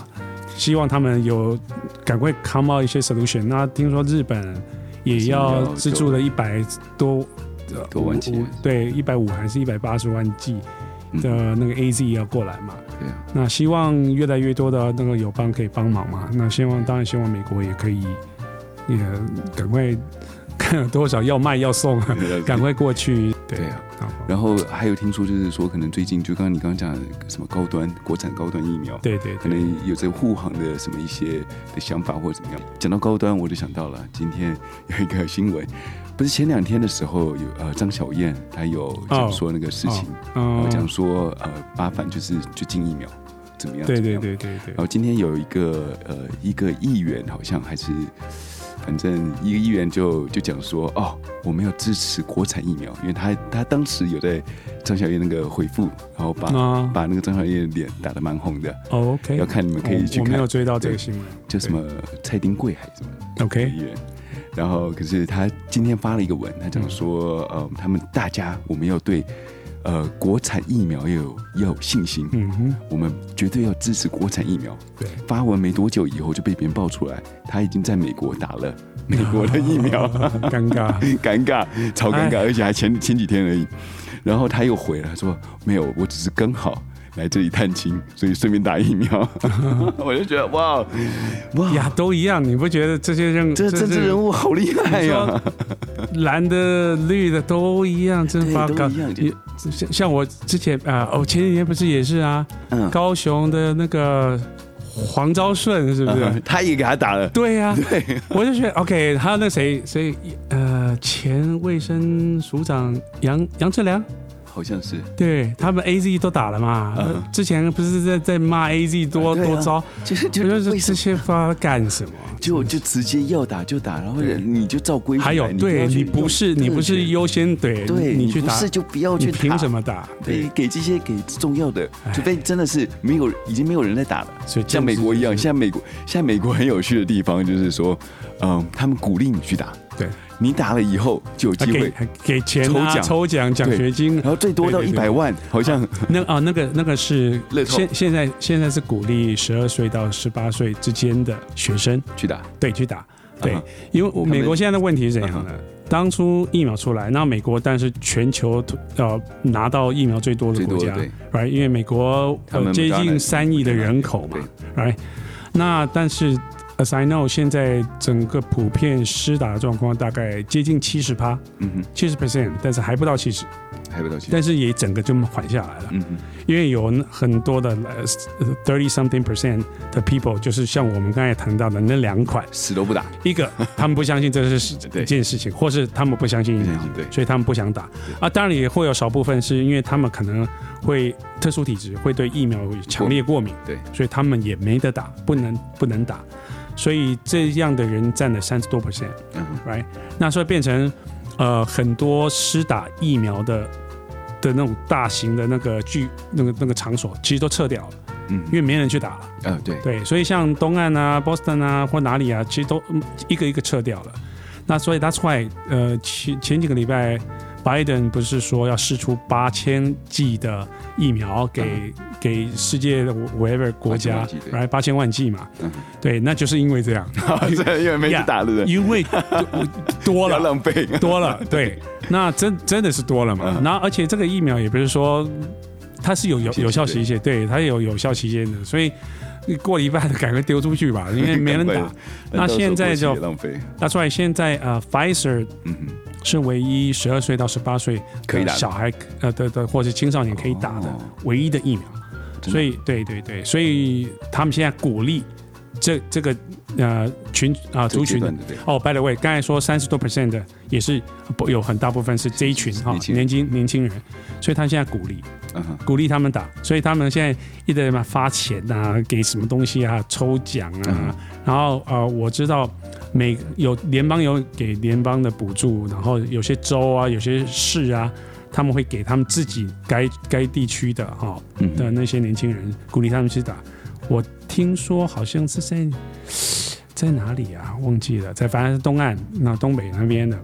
希望他们有赶快 come out 一些 solution。那听说日本也要资助了一百多呃多万剂五对，一百五还是一百八十万剂嗯的那个 A Z 要过来嘛？对啊，那希望越来越多的那个友邦可以帮忙嘛。那希望当然希望美国也可以也赶快 看有多少要卖要送，啊 赶快过去。对对啊。然后然后还有听说，就是说可能最近就刚刚你刚刚讲的什么高端国产高端疫苗，对对对可能有在护航的什么一些的想法或者怎么样。讲到高端，我就想到了今天有一个新闻，不是前两天的时候有呃张小燕她有讲说那个事情，然嗯后，讲说呃八反就是就进疫苗怎么样？对怎么对样对对对然，后今天有一个呃一个议员好像还是。反正一个议员就就讲说，哦，我们要支持国产疫苗，因为他他当时有在张小燕那个回复，然后把、啊把那个张小燕的脸打得蛮红的，哦，OK，要看你们可以去我我没看有，追到这个新闻，叫什么蔡丁贵还是什么对？OK，议员。然后，可是他今天发了一个文，他讲说，呃，他们大家我们要对，呃，国产疫苗要有要有信心，嗯哼，我们绝对要支持国产疫苗。对， 发文没多久以后就被别人爆出来，他已经在美国打了美国的疫 苗，尴尬，尴尬，超尴尬，哎而且还前前几天而已。然后他又回了，说没有，我只是刚好来这里探亲，所以顺便打疫苗。我就觉得哇哇，呀，都一样，你不觉得这些人这政治人物物好厉害啊呀、蓝的绿的都一样，真对发都搞一样就你像像我之前啊，哦，前几天不是也是啊，嗯，高雄的那个黄昭顺是不是？嗯他也给他打了，对呀、 对，我就觉得 OK，还有那谁谁呃，前卫生署长杨杨志良，好像是对他们 AZ 都打了嘛，嗯呃之前不是在在骂 AZ 多、啊对啊多糟，就是我就就是是为什这么些不知道干 什么。就就直接要打就打，然后人你就照规矩来，还有，你对要去你不是用你不正是确优先对，对你去不打，是就不要你去凭什么？么打？对，给这些给重要的，哎除非真的是没有，已经没有人在打了。所以像美国一样，政治像美国，像美国很有趣的地方就是说，嗯，他们鼓励你去打，对，你打了以后就有啊机会，给给钱啊，抽奖抽奖奖对学金然，后最多到对一对对百万，好像那啊，那个那个是乐透现现在现在是鼓励十二岁到十八岁之间的学生去打，对去打，对啊哈，啊因我为看美那国现在的问题是怎样呢？当初疫苗出来，那美国但是全球呃拿到疫苗最多的最国多家的对， ，right？因为美国他呃们接 Moderna 近三亿的人口嘛，right？那但是 as I know，现在整个普遍施打的状况大概接近七十趴，嗯七十 percent，但是还不到七十，哼，还不到钱，但是也整个就缓下来了。嗯哼，因为有很多的呃 thirty something percent 的 people，就是像我们刚才谈到的那 两款，死都不打，一个他们不相信这是 对一件事情，或是他们不相信疫苗不相信对，所以他们不想打啊。当然也会有少部分是因为他们可能会特殊体质，会对疫苗有强烈过敏，对，所以他们也没得打，不能不能打，所以这样的人占了三十多 percent。嗯哼， right？那所以变成呃很多施打疫苗的呃的那种大型的那个剧那个那个场所，其实都撤掉了，嗯因为没人去打了。哼，啊，对，对，所以像东岸啊、Boston 啊或哪里啊，其实都嗯一个一个撤掉了。那所以 that's why 呃前前几个礼拜。拜登不是说要试出八千剂的疫苗给、给世界的 whatever 国嗯8000万家剂，对来八千万剂嘛？嗯对，那就是因 为这样，对， 因为没去打的人因为不多要了，浪费， 多了，对，那真真的是多了嘛。嗯然后而且这个疫苗也不是说它是有有期有效对期限，对，它有有效期限的，所以过了一半的赶快丢出去 吧，因为没人赶打快。那现在就到时候过期也浪费，那所以现在呃，Pfizer 嗯哼，是唯一十二岁到十八岁可以打的小孩呃的的或是青少年可以打的哦唯一的疫苗，真的所以对对对，所以他们现在鼓励这这个呃群这个啊、族阶群的段的对，哦、b y the way，刚才说三十多 percent 的也是不有很大部分是这一群哈、年轻人年轻年轻人，所以他现在鼓励嗯哼，鼓励他们打，所以他们现在一直在那发钱啊，给什么东西啊，抽奖啊，嗯然后呃，我知道每有联邦有给联邦的补助，然后有些州啊，有些市啊，他们会给他们自己该该地区的哈、嗯的哼，那些年轻人，鼓励他们去打。我听说好像是在在哪里啊，忘记了，在反正是东岸，那东北那边的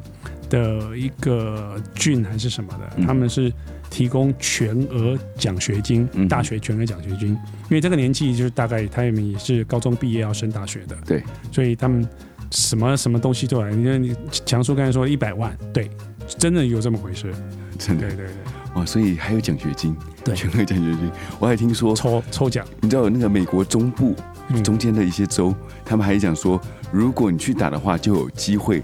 的一个郡还是什么的，嗯他们是提供全额奖学金，嗯哼大学全额奖学金，因为这个年纪就是大概他们也是高中毕业要升大学的，对，所以他们什么什么东西都来。你看你强叔刚才说一百万，对，真的有这么回事，嗯真对的对对，哇，所以还有奖学金，对全额奖学金，我还听说抽抽奖，你知道有那个美国中部嗯中间的一些州，他们还讲说，如果你去打的话，就有机会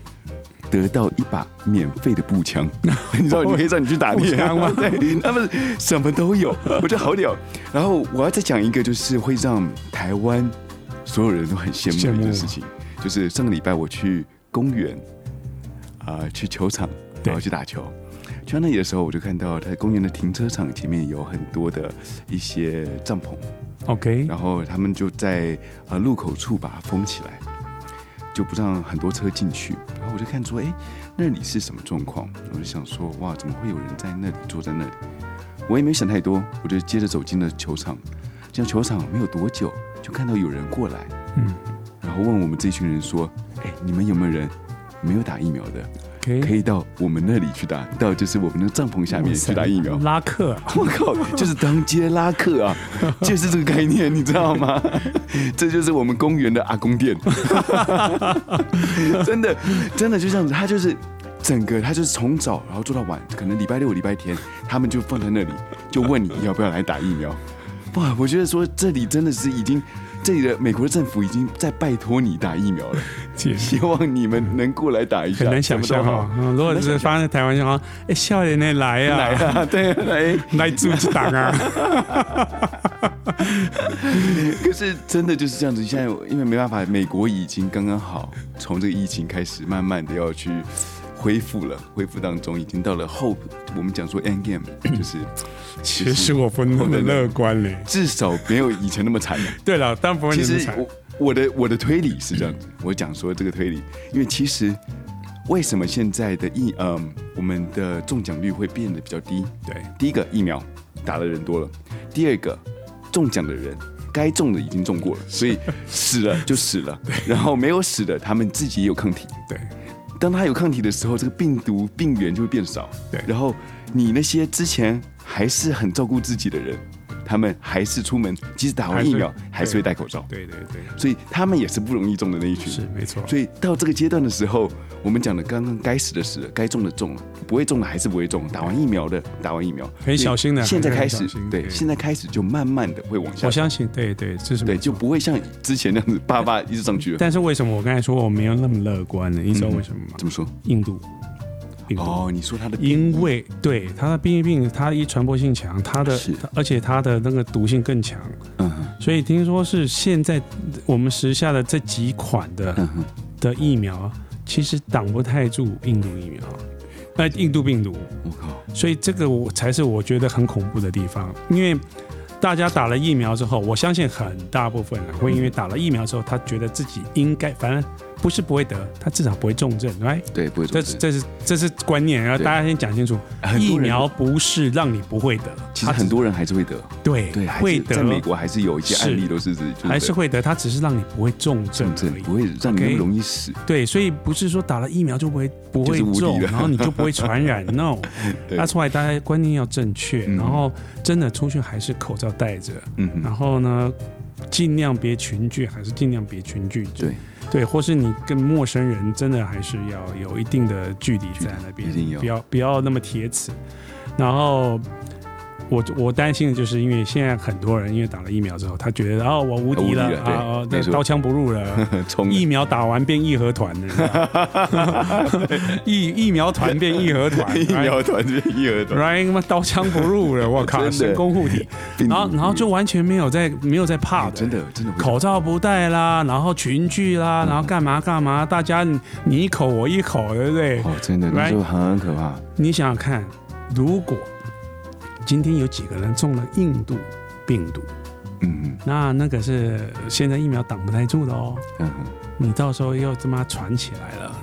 得到一把免费的步 枪。你知道，你可以让你去打猎步枪吗 对，他们什么都 有，我觉得好屌。然后我要再讲一个，就是会让台湾所有人都很羡慕的一件事情，就是上个礼拜我去公园啊、去球场，然后去打球。去到那里的时候，我就看到在公园的停车场前面有很多的一些帐篷， ，OK，然后他们就在呃路口处把它封起来，就不让很多车进去。然后我就看说，哎，那里是什么状况？我就想说，哇，怎么会有人在那里坐在那里？我也没想太多，我就接着走进了球场。进到球场没有多久，就看到有人过来，嗯然后问我们这群人说，哎，你们有没有人没有打疫苗的？ ，OK，可以到我们那里去打，到就是我们的帐篷下面去打疫苗。拉客 我靠，就是当街拉客 啊，就是这个概念，你知道吗？这就是我们公园的阿公 店，真的，真的就这样子，他就是。整个他就是从早然后做到晚，可能礼拜六、礼拜天，他们就放在那里，就问你要不要来打疫 苗。哇，我觉得说这里真的是已经，这里的美国的政府已经在拜托你打疫苗了，解希望你们能过来打一下。很难想象什么都哈 好，嗯如果很难是想发生在台 湾，想说，哎，笑脸的来来啊，啊，对，来。 来住一档啊，可是真的就是这样子，现在因为没办法，美国已经刚刚好从这个疫情开始，慢慢的要去恢复了，恢复当中已经到了后，我们讲说 end game，就是其实我不那么乐观嘞。至少没有以前那么惨了。对了，当然不会其那么实惨。我我的我的推理是这样子，我讲说这个推理，因为其实为什么现在的疫嗯、我们的中奖率会变得比较低？对，第一个疫苗打的人多了，第二个中奖的人该中的已经中过了，所以死了就死了，然后没有死的他们自己也有抗体。对，当他有抗体的时候，这个病毒病源就会变少。对然后你那些之前还是很照顾自己的人，他们还是出门，即使打还完是疫苗还是会对戴口罩。对对对，所以他们也是不容易中的那一群。是没错。所以到这个阶段的时候，我们讲的刚刚该死的死了，该中的中了，不会中的还是不会中，打完疫苗的打完疫苗，很小心的所以现在开很始小心，对，对现在开始就慢慢的会往下我，相信，对对，这是对，就不会像之前那样子叭叭一直上去了。但是为什么我刚才说我没有那么乐观呢？你知道为什么吗？怎么说？印度，印度，嗯哦，你说他的因为对它的变异病，它的一传播性强，它的是它而且它的那个毒性更强，嗯哼所以听说是现在我们时下的这几款的嗯哼，的疫苗，其实挡不太住印度疫苗，呃，印度病毒，我靠，所以这个我才是我觉得很恐怖的地方，因为。大家打了疫苗之后，我相信很大部分嗯人会因为打了疫苗之后，他觉得自己应该，反正不是不会得，他至少不会重症，right？对，不会中这是是这是这是观念，然后对大家先讲清楚，很多人疫苗不是让你不会得，其实它只很多人还是会得，对对，还是会在美得，国还是有一些是案例都是自己还是会得，它只是让你不会重重症症而，已不。会让你那么 OK 容易死。对，所以不是说打了疫苗就不会不就会是无敌 中，了然后你就不会传 染。No，对那出来大家观念要正确，嗯然后真的出去还是口罩戴着，嗯哼，然后呢，尽量别群聚，还是尽量别群聚。对，对，或是你跟陌生人真的还是要有一定的距离在那边，一定要不要不要那么铁齿。然后我我担心的就是，因为现在很多人因为打了疫苗之后，他觉得哦我无无敌了敌了对啊，哦没那错刀枪不 入了。冲了疫苗打完变义和团了你知道吗， 疫疫苗团变义和 团，疫苗团这边一儿团， right 他妈刀枪不入了，我靠， 真的神功护体，病毒然后然后就完全没有在没有在怕啊的，真的真的会口罩不戴啦，然后群聚啦，然后干嘛干嘛，大家你你一口我一口，对不对？哦，真的， Right？那就很可怕。你想想看，如果今天有几个人中了印度病毒，嗯那那个是现在疫苗挡不太住的哦，嗯哼，你到时候又他妈传起来了，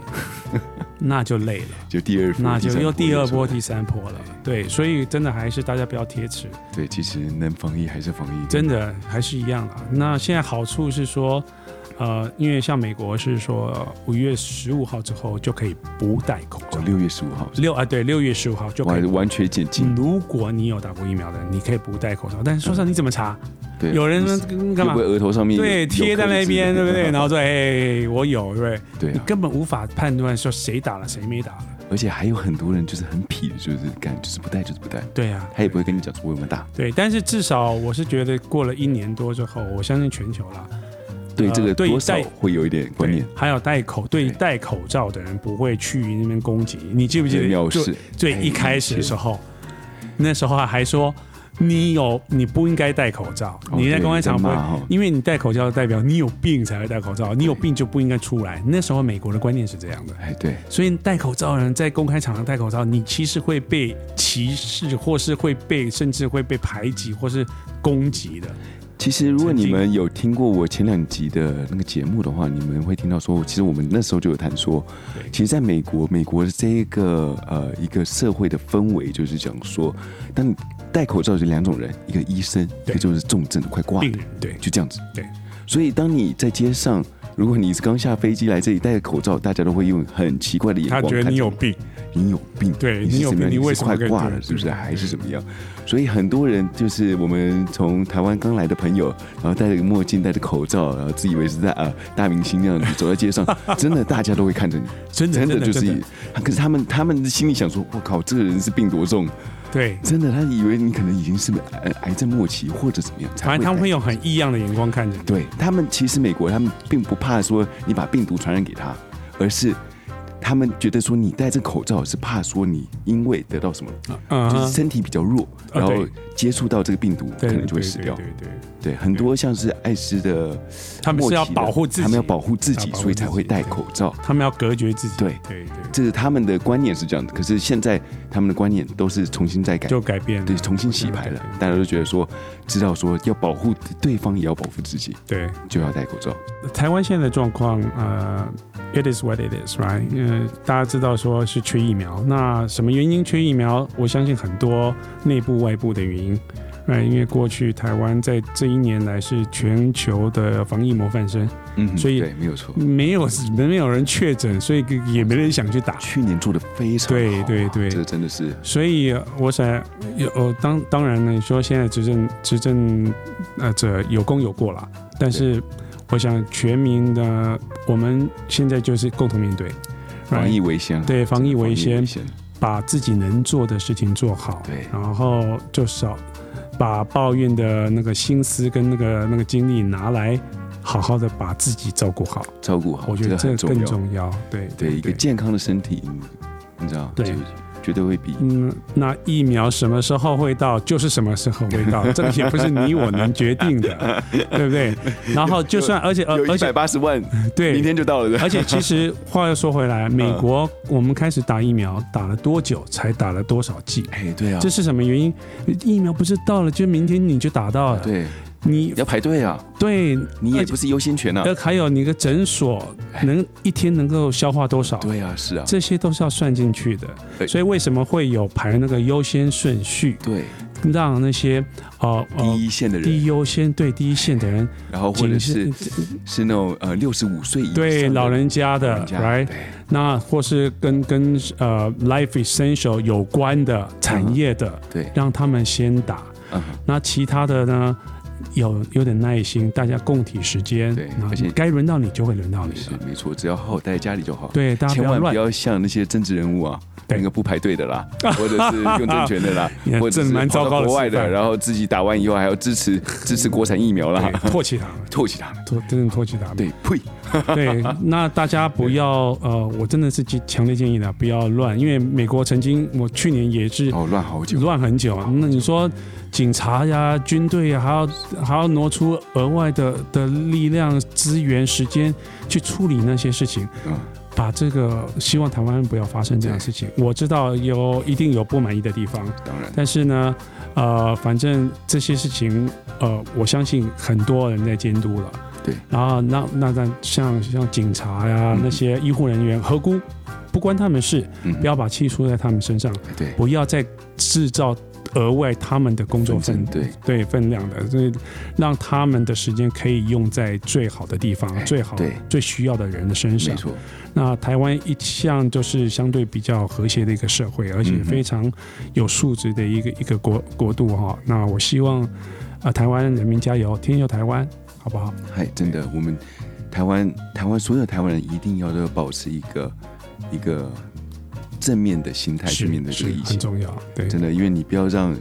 那就累了，就第二波，那第 就三又第二出波、来第三波了。对，所以真的还是大家不要贴齿，对，其实能防疫还是防疫，真的还是一样啦。那现在好处是说，呃，因为像美国是说五月十五号之后就可以不戴口罩哦，，六月十五号，六啊对，六月嗯十五号就可以完。完全解禁，如果你有打过疫苗的，你可以不戴口罩。但是说实话，你怎么查？嗯对，有人就是嗯干会嘛不？会额头上面有对，贴在那边，对 不对？然有后？刻字说，哎，我有，对不对？对你啊，根本无法判断说谁打了，谁没打了。而且还有很多人就是很痞的，就是干就是不戴就是不戴，对啊，他也不会跟你讲说我有没有打。对。但是至少我是觉得，过了一年多之后，我相信全球啦，对呃这个对多少戴会有一点观念对，还有戴口对对戴口罩的人不会去那边攻击。你记不记对得藐最视哎最一开始的时候，那时候还说你有你不应该戴口罩，哦你在对公开场在骂合哦，因为你戴口罩代表你有病才会戴口罩，你有病就不应该出来。那时候美国的观念是这样的。哎，对，所以戴口罩的人在公开场合戴口罩，你其实会被歧视，或是会被甚至会被排挤，或是攻击的。其实，如果曾你经们有听过我前两集的那个节目的话，你们会听到说，其实我们那时候就有谈说对，其实在美国，美国的这个呃一个社会的氛围就是讲说，当你戴口罩就两种人，一个医生，一对个就是重症的快挂病的，人对就这样子。对，所以当你在街上，如果你是刚下飞机来这里戴着口罩，大家都会用很奇怪的眼他光看着觉得你你有病，你有病，对你你有是怎么样病你为是什么快可以挂对了是不是？对还是怎么样？所以很多人就是我们从台湾刚来的朋友，然后戴着个墨镜，戴着口罩，然后自以为是在啊大明星那样子走在街 上，真的大家都会看着你，真的真的的就是真以的，可是他们他们心里想说，我靠，这个人是病多重？对，真的，他以为你可能已经是癌癌症末期或者怎么样，才反正他们戴会用很异样的眼光看着你。对他们，其实美国他们并不怕说你把病毒传染给他，而是他们觉得说你戴这口罩是怕说你因为得到什么，嗯就是哼，身体比较弱，啊然后对接触到这个病毒可对能就会死掉。对对对对对，很多像是艾斯的，他们是要末期的保护自己他们要保护自己要，保护所以才会戴口罩。他们要隔绝自己，对对对，这是他们的观念是这样的，可是现在他们的观念都是重新再改，就改变了，对，重新洗牌了。大家都觉得说，知道说要保护对方，也要保护自己，对。就要戴口罩。台湾现在的状况，呃，it is what it is，right？呃，大家知道说是缺疫苗，那什么原因缺疫苗？我相信很多内部、外部的原因。呃，因为过去台湾在这一年来是全球的防疫模范生，嗯哼，所以对，没有错。没有没有人确诊，所以也没人想去打。去年做的非常好啊、对对对这真的是所以呃我想，有呃当当然呢，你说现在执政执政呃者有功有过啦，但是我想全民的我们现在就是共同面对，防疫为先啊，对防疫为防先疫，先，把自己能做的事情做好，对然后就少把抱怨的那个心思跟那个那个精力拿来，好好的把自己照顾好，照顾好，我觉这得个这很个更重要。重要，对对一个健康的身体，嗯你知道，对就绝对会比嗯，那疫苗什么时候会到，就是什么时候会到，这个也不是你我能决定 的，对不对？然后就算，而且呃有而一百且八十万，明对，天就嗯到 了。对而且其实话又说回来，美国我们开始打疫苗打了多久，才打了多少剂？哎，对啊这，是什么原因？疫苗不是到了，就明天你就打到了。对，你要排队啊，对，你也而且不是优先权啊。呃，还有你个诊所哎能一天能够消化多少？对啊，是啊，这些都是要算进去对的。所以为什么会有排那个优先顺序？对，让那些呃呃第一线的人，第一优先对第一线的人，然后或者仅是是那种呃六十五岁以上对的老人家老的人家，right？对那或是跟跟呃 life essential 有关的产业的，对，让他们先打。嗯，那其他的呢，有有点耐心，大家共体时间，对然后而且该轮到你就会轮到你是的。没错，只要好好待在家里就好。对，大家不千要万不乱，要像那些政治人物啊，对那个不排队的啦， 或者是用政权的啦你看，或者这是蛮糟糕跑的到国外示范的，然后自己打完以后还要支 持支持国产疫苗啦 对，唾弃他们，唾弃他们。唾真的唾弃他们。对，呸， 对，那大家不要呃，我真的是强烈建议的，不要乱，因为美国曾经我去年也是哦，乱好久。乱很久。啊那你说警察呀、军队啊呀，还要还要挪出额外的的力量、资源、时间去处理那些事情，嗯，把这个希望台湾不要发生这样的事情。我知道有一定有不满意的地方，当然，但是呢，呃，反正这些事情，呃，我相信很多人在监督了。对，然后那那那像像警察呀、嗯那些医护人员，何辜不关他们事，嗯，不要把气出在他们身上。对，不要再制造额外他们的工作分对，对分量的，所以让他们的时间可以用在最好的地方、哎最好对、最需要的人的身没上。错，那台湾一向就是相对比较和谐的一个社会，而且嗯哼非常有素质的一个一个国国度哈、那我希望啊、呃台湾人民加油，天佑台湾，好不好？嗨，真的，我们台湾台湾所有台湾人一定要都要保持一个一个正面的心态去面对这个是疫很情，重要，对真的，因为你不要让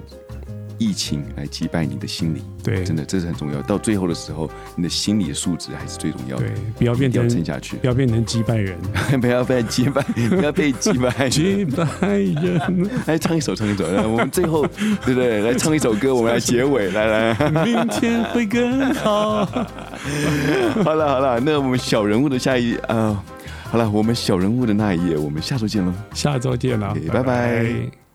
疫情来击败你的心理，对真的这是很重要。到最后的时候，你的心理的素质还是最重要的对，，不要一变定要撑成下去，不要变成击 败人，不要被击败，不要被击 败。击败人。来唱一首，唱一首，来，我们最后对不对？来唱一首歌，我们来结尾，来来。明天会更好。好了好了，那我们小人物的下一呃，好了，我们小人物的那一页，我们下周见喽。下周见了， OK，拜拜拜